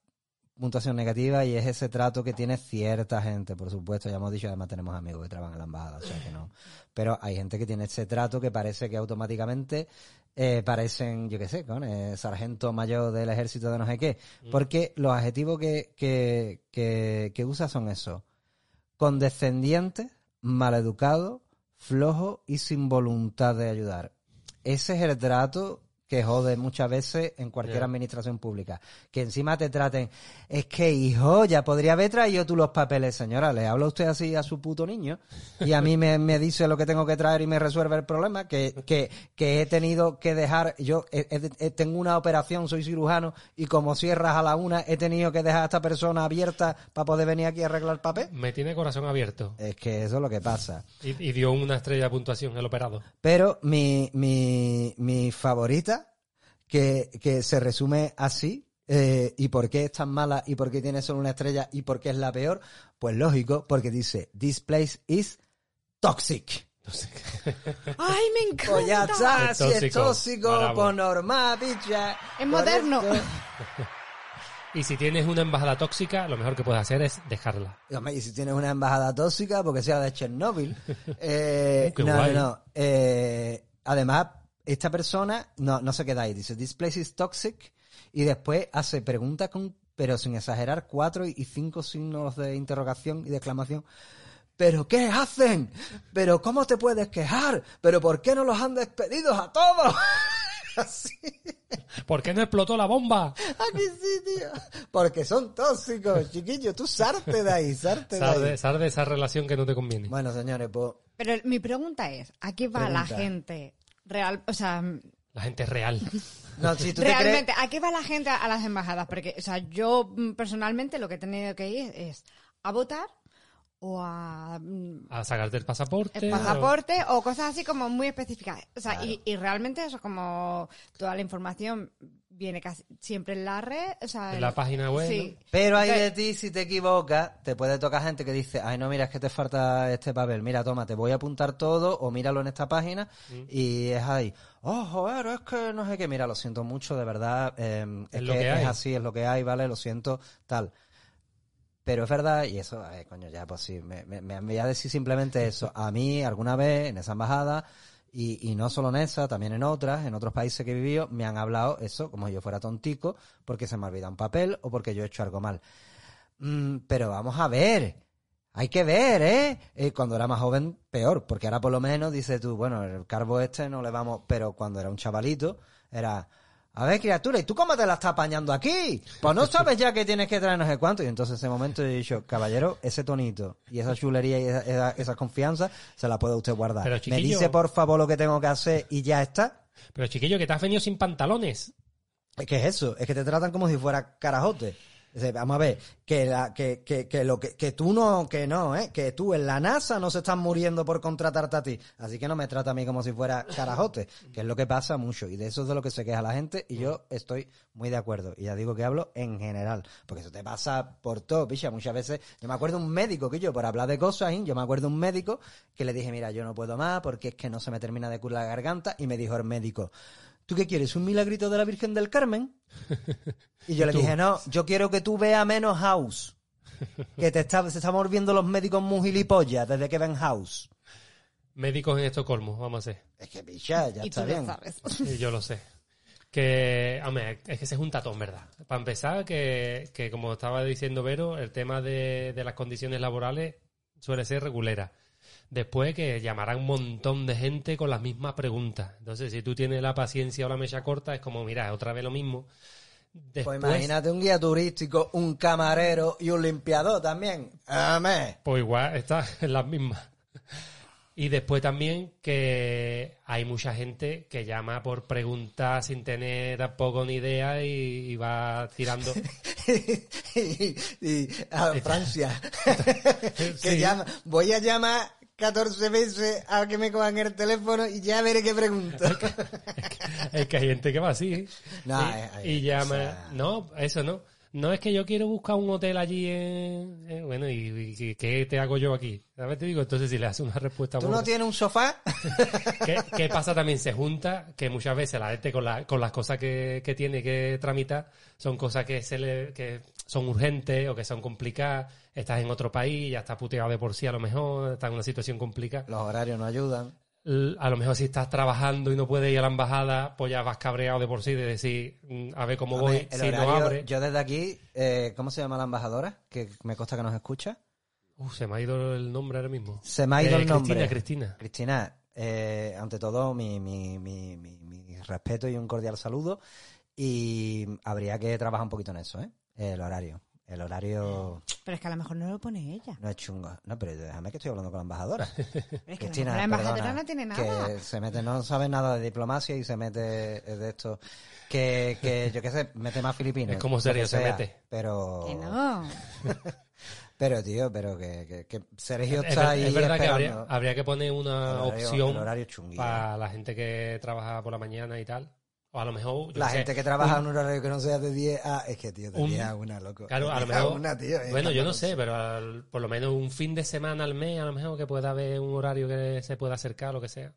puntuación negativa y es ese trato que tiene cierta gente, por supuesto, ya hemos dicho, además tenemos amigos que trabajan en la embajada, o sea que no. Pero hay gente que tiene ese trato que parece que automáticamente eh, parecen, yo qué sé, con eh, sargento mayor del ejército de no sé qué, porque los adjetivos que, que, que, que usa son esos, condescendiente, maleducado, flojo y sin voluntad de ayudar. Ese es el trato que jode muchas veces en cualquier
Ya.
administración pública. Que encima te traten, es que hijo, ya podría haber traído tú los papeles, señora. Le habla usted así a su puto niño y a mí me, me dice lo que tengo que traer y me resuelve el problema que, que, que he tenido que dejar. Yo eh, eh, eh, tengo una operación, soy cirujano y como cierras a la una, he tenido que dejar a esta persona abierta para poder venir aquí a arreglar papel.
Me tiene corazón abierto.
Es que eso es lo que pasa.
Y, y dio una estrella de puntuación el operado.
Pero mi, mi, mi favorita, que, que se resume así, eh, y por qué es tan mala, y por qué tiene solo una estrella, y por qué es la peor, pues lógico, porque dice, this place is toxic.
¡Ay, me encanta!
Pues ya está,
Es
si es
tóxico,
tóxico,
bravo.
pues normal, picha.
Es moderno.
Correcto.
Y si tienes una embajada tóxica, lo mejor que puedes hacer es dejarla.
Y, hombre, Y si tienes una embajada tóxica, porque sea de Chernóbil. Eh,
Qué
no, no,
guay.
no. Eh, además, esta persona no, no se queda ahí. Dice, this place is toxic. Y después hace preguntas con, pero sin exagerar, cuatro y cinco signos de interrogación y de exclamación. ¿Pero qué hacen? ¿Pero cómo te puedes quejar? ¿Pero por qué no los han despedido a todos? Así.
¿Por qué no explotó la bomba?
Aquí sí, tío. Porque son tóxicos, chiquillo. Tú sarte de ahí, sarte de
Sal de,
ahí.
sal de esa relación que no te conviene.
Bueno, señores, pues
Pero el- mi pregunta es, ¿a qué va la
Pregunta.
gente real? O sea,
La gente es real.
No, si tú te crees-
realmente, ¿a qué va la gente a las embajadas? Porque, o sea, yo mm, personalmente lo que he tenido que ir es a votar o a mm,
A sacarte el pasaporte.
el Eh, pasaporte o cosas así como muy específicas. O sea, y, y realmente eso como toda la información viene casi siempre en la red, o sea,
En la página web,
Sí.
Pero ahí de
Entonces,
ti, si te equivocas, te puede tocar gente que dice, ay, no, mira, es que te falta este papel. Mira, toma, te voy a apuntar todo o míralo en esta página
Mm.
y es ahí. Oh, joder, es que no sé qué. Mira, lo siento mucho, de verdad. eh, es,
Es lo
que
que
es
hay.
así, es lo que hay, vale, lo siento, tal. Pero es verdad, y eso, ay, coño, ya, pues sí, me, me, me voy a decir simplemente eso. A mí, alguna vez, en esa embajada, y, y no solo en esa, también en otras, en otros países que he vivido, me han hablado eso, como si yo fuera tontico, porque se me olvida un papel o porque yo he hecho algo mal. Mm, pero vamos a ver. Hay que ver, ¿eh? Eh, Cuando era más joven, peor, porque ahora por lo menos dices tú, bueno, el carbo este no le vamos, pero cuando era un chavalito, era, a ver, criatura, ¿y tú cómo te la estás apañando aquí? Pues no sabes ya que tienes que traer no sé cuánto. Y entonces en ese momento yo he dicho, caballero, ese tonito y esa chulería y esa, esa, esa confianza se la puede usted guardar.
Pero,
Me
chiquillo-
dice, por favor, lo que tengo que hacer y ya está.
Pero chiquillo, que te has venido sin pantalones.
Es que es eso, es que te tratan como si fuera carajote. Dice, Vamos a ver, que, la, que, que, que lo que, que tú no, que no, ¿eh? que tú en la NASA no se están muriendo por contratarte a ti. Así que no me trata a mí como si fuera carajote, que es lo que pasa mucho. Y de eso es de lo que se queja la gente y yo estoy muy de acuerdo. Y ya digo que hablo en general, porque eso te pasa por todo, picha. Muchas veces, yo me acuerdo de un médico que yo, por hablar de cosas, ¿eh? yo me acuerdo de un médico que le dije, mira, yo no puedo más porque es que no se me termina de curar la garganta. Y me dijo el médico, ¿tú qué quieres? ¿Un milagrito de la Virgen del Carmen? Y yo le dije, no, yo quiero que tú veas menos House. Que te está, se están volviendo los médicos muy gilipollas desde que ven House.
Médicos en Estocolmo, vamos a hacer.
Es que, picha, ya
y
está
tú lo
bien.
sabes.
Sí, yo lo sé. Que, hombre, es que se junta todo, en ¿verdad? Para empezar, que, que como estaba diciendo Vero, el tema de, de las condiciones laborales suele ser regulera. Después que llamarán un montón de gente con las mismas preguntas. Entonces, si tú tienes la paciencia o la mecha corta, es como, mira, otra vez lo mismo.
Pues
Después,
imagínate un guía turístico, un camarero y un limpiador también. Amén.
pues igual, está en las mismas. Y después también que hay mucha gente que llama por preguntas sin tener tampoco ni idea y, y va tirando.
y, y a Francia. que
Sí.
llama. Voy a llamar 14 veces a que me cojan el teléfono y ya veré qué pregunto.
es que hay gente que va así.
No,
y,
hay- hay-
y llama.
o sea-
No, eso no. No es que yo quiero buscar un hotel allí en. eh, bueno, y, y ¿qué te hago yo aquí? ¿Sabes? Te digo, entonces si le haces una respuesta
¿Tú
buena-
no tienes un sofá?
¿Qué, qué pasa también? Se junta que muchas veces la gente con, la- con las cosas que, que tiene que tramitar son cosas que, se le, que son urgentes o que son complicadas. Estás en otro país, ya estás puteado de por sí a lo mejor, estás en una situación complicada.
Los horarios no ayudan.
L- A lo mejor si estás trabajando y no puedes ir a la embajada, pues ya vas cabreado de por sí de decir, mm, a ver cómo
A
voy,
ver, el
si no
horario-
abre.
Yo desde aquí, eh, ¿cómo se llama la embajadora? Que me consta que nos escucha.
Uh, se me ha ido el nombre ahora mismo.
Se me ha ido
Eh,
el nombre.
Cristina, Cristina.
Cristina, eh, ante todo, mi, mi, mi- mi- mi respeto y un cordial saludo. Y habría que trabajar un poquito en eso, ¿eh? El horario. El horario
Pero es que a lo mejor no lo pone ella.
no es chungo. No, pero déjame que estoy hablando con la embajadora.
Es que a lo
Pues Cristina,
mejor la embajadora
perdona,
no tiene nada.
Que se mete, no sabe nada de diplomacia y se mete eh, de esto. Que, que yo qué sé, mete más filipinos.
Es como
lo que
serio, se
sea,
mete.
Pero.
Que no.
Pero, tío, pero que, que, que Sergio
Es,
está
ver-
ahí.
es verdad que habría,
esperando.
habría que poner una
El horario-
opción
el horario chunguillo.
para la gente que trabaja por la mañana y tal. O a lo mejor. yo
La
qué sé,
gente que trabaja en un horario que no sea de 10 a... Es que, tío, de
Un-
10 a 1, loco.
Claro, a
De
lo
10
mejor.
una, tío, eh, es
bueno, yo no
escandaloso.
sé, pero al- por lo menos un fin de semana al mes, a lo mejor que pueda haber un horario que se pueda acercar, lo que sea.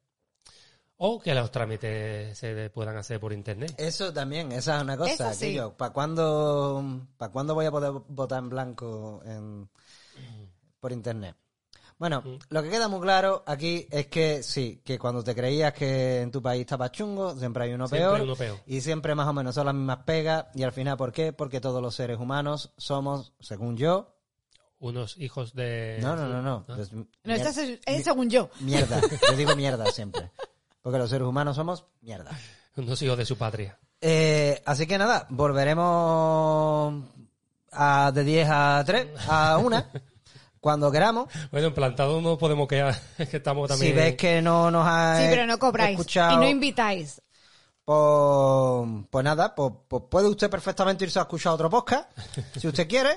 O que los trámites se puedan hacer por internet.
Eso también, esa es una cosa.
Eso sí.
¿Para cuándo, pa' cuándo voy a poder votar en blanco en- por internet? Bueno,
Mm.
lo que queda muy claro aquí es que sí, que cuando te creías que en tu país estaba chungo, siempre hay uno
Siempre
peor.
hay uno peor.
Y siempre más o menos son las mismas pegas. Y al final, ¿por qué? Porque todos los seres humanos somos, según yo...
Unos hijos de.
No, no, no, no.
¿Ah?
Pues,
No,
mier-
estás es, es según yo.
Mierda. Yo digo mierda siempre. Porque los seres humanos somos mierda.
Unos hijos de su patria.
Eh, así que nada, volveremos a, de 10 a 3, a 1, cuando queramos.
Bueno, en plantado no podemos quedar. Es que estamos también.
Si ves que no nos ha
Sí, pero no cobráis.
escuchado,
Y no invitáis.
pues, pues nada, pues, pues puede usted perfectamente irse a escuchar otro podcast, si usted quiere.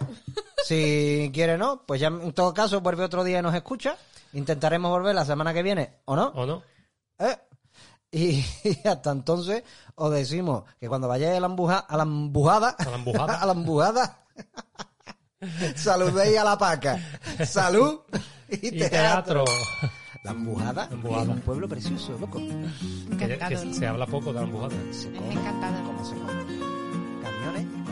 Si quiere no, pues ya en todo caso vuelve otro día y nos escucha. Intentaremos volver la semana que viene, ¿o no?
¿O no?
¿Eh? Y, y hasta entonces os decimos que cuando vayáis a la, embuja- a la embujada,
A la embujada.
a la embujada, saludéis a la paca. Salud y,
Y
teatro.
teatro.
La embujada,
Embujada.
es un pueblo precioso, loco.
Que- que
Encantador.
se habla poco de Pues la embujada.
Se
Es
come,
encantador.
cómo se come. Camiones.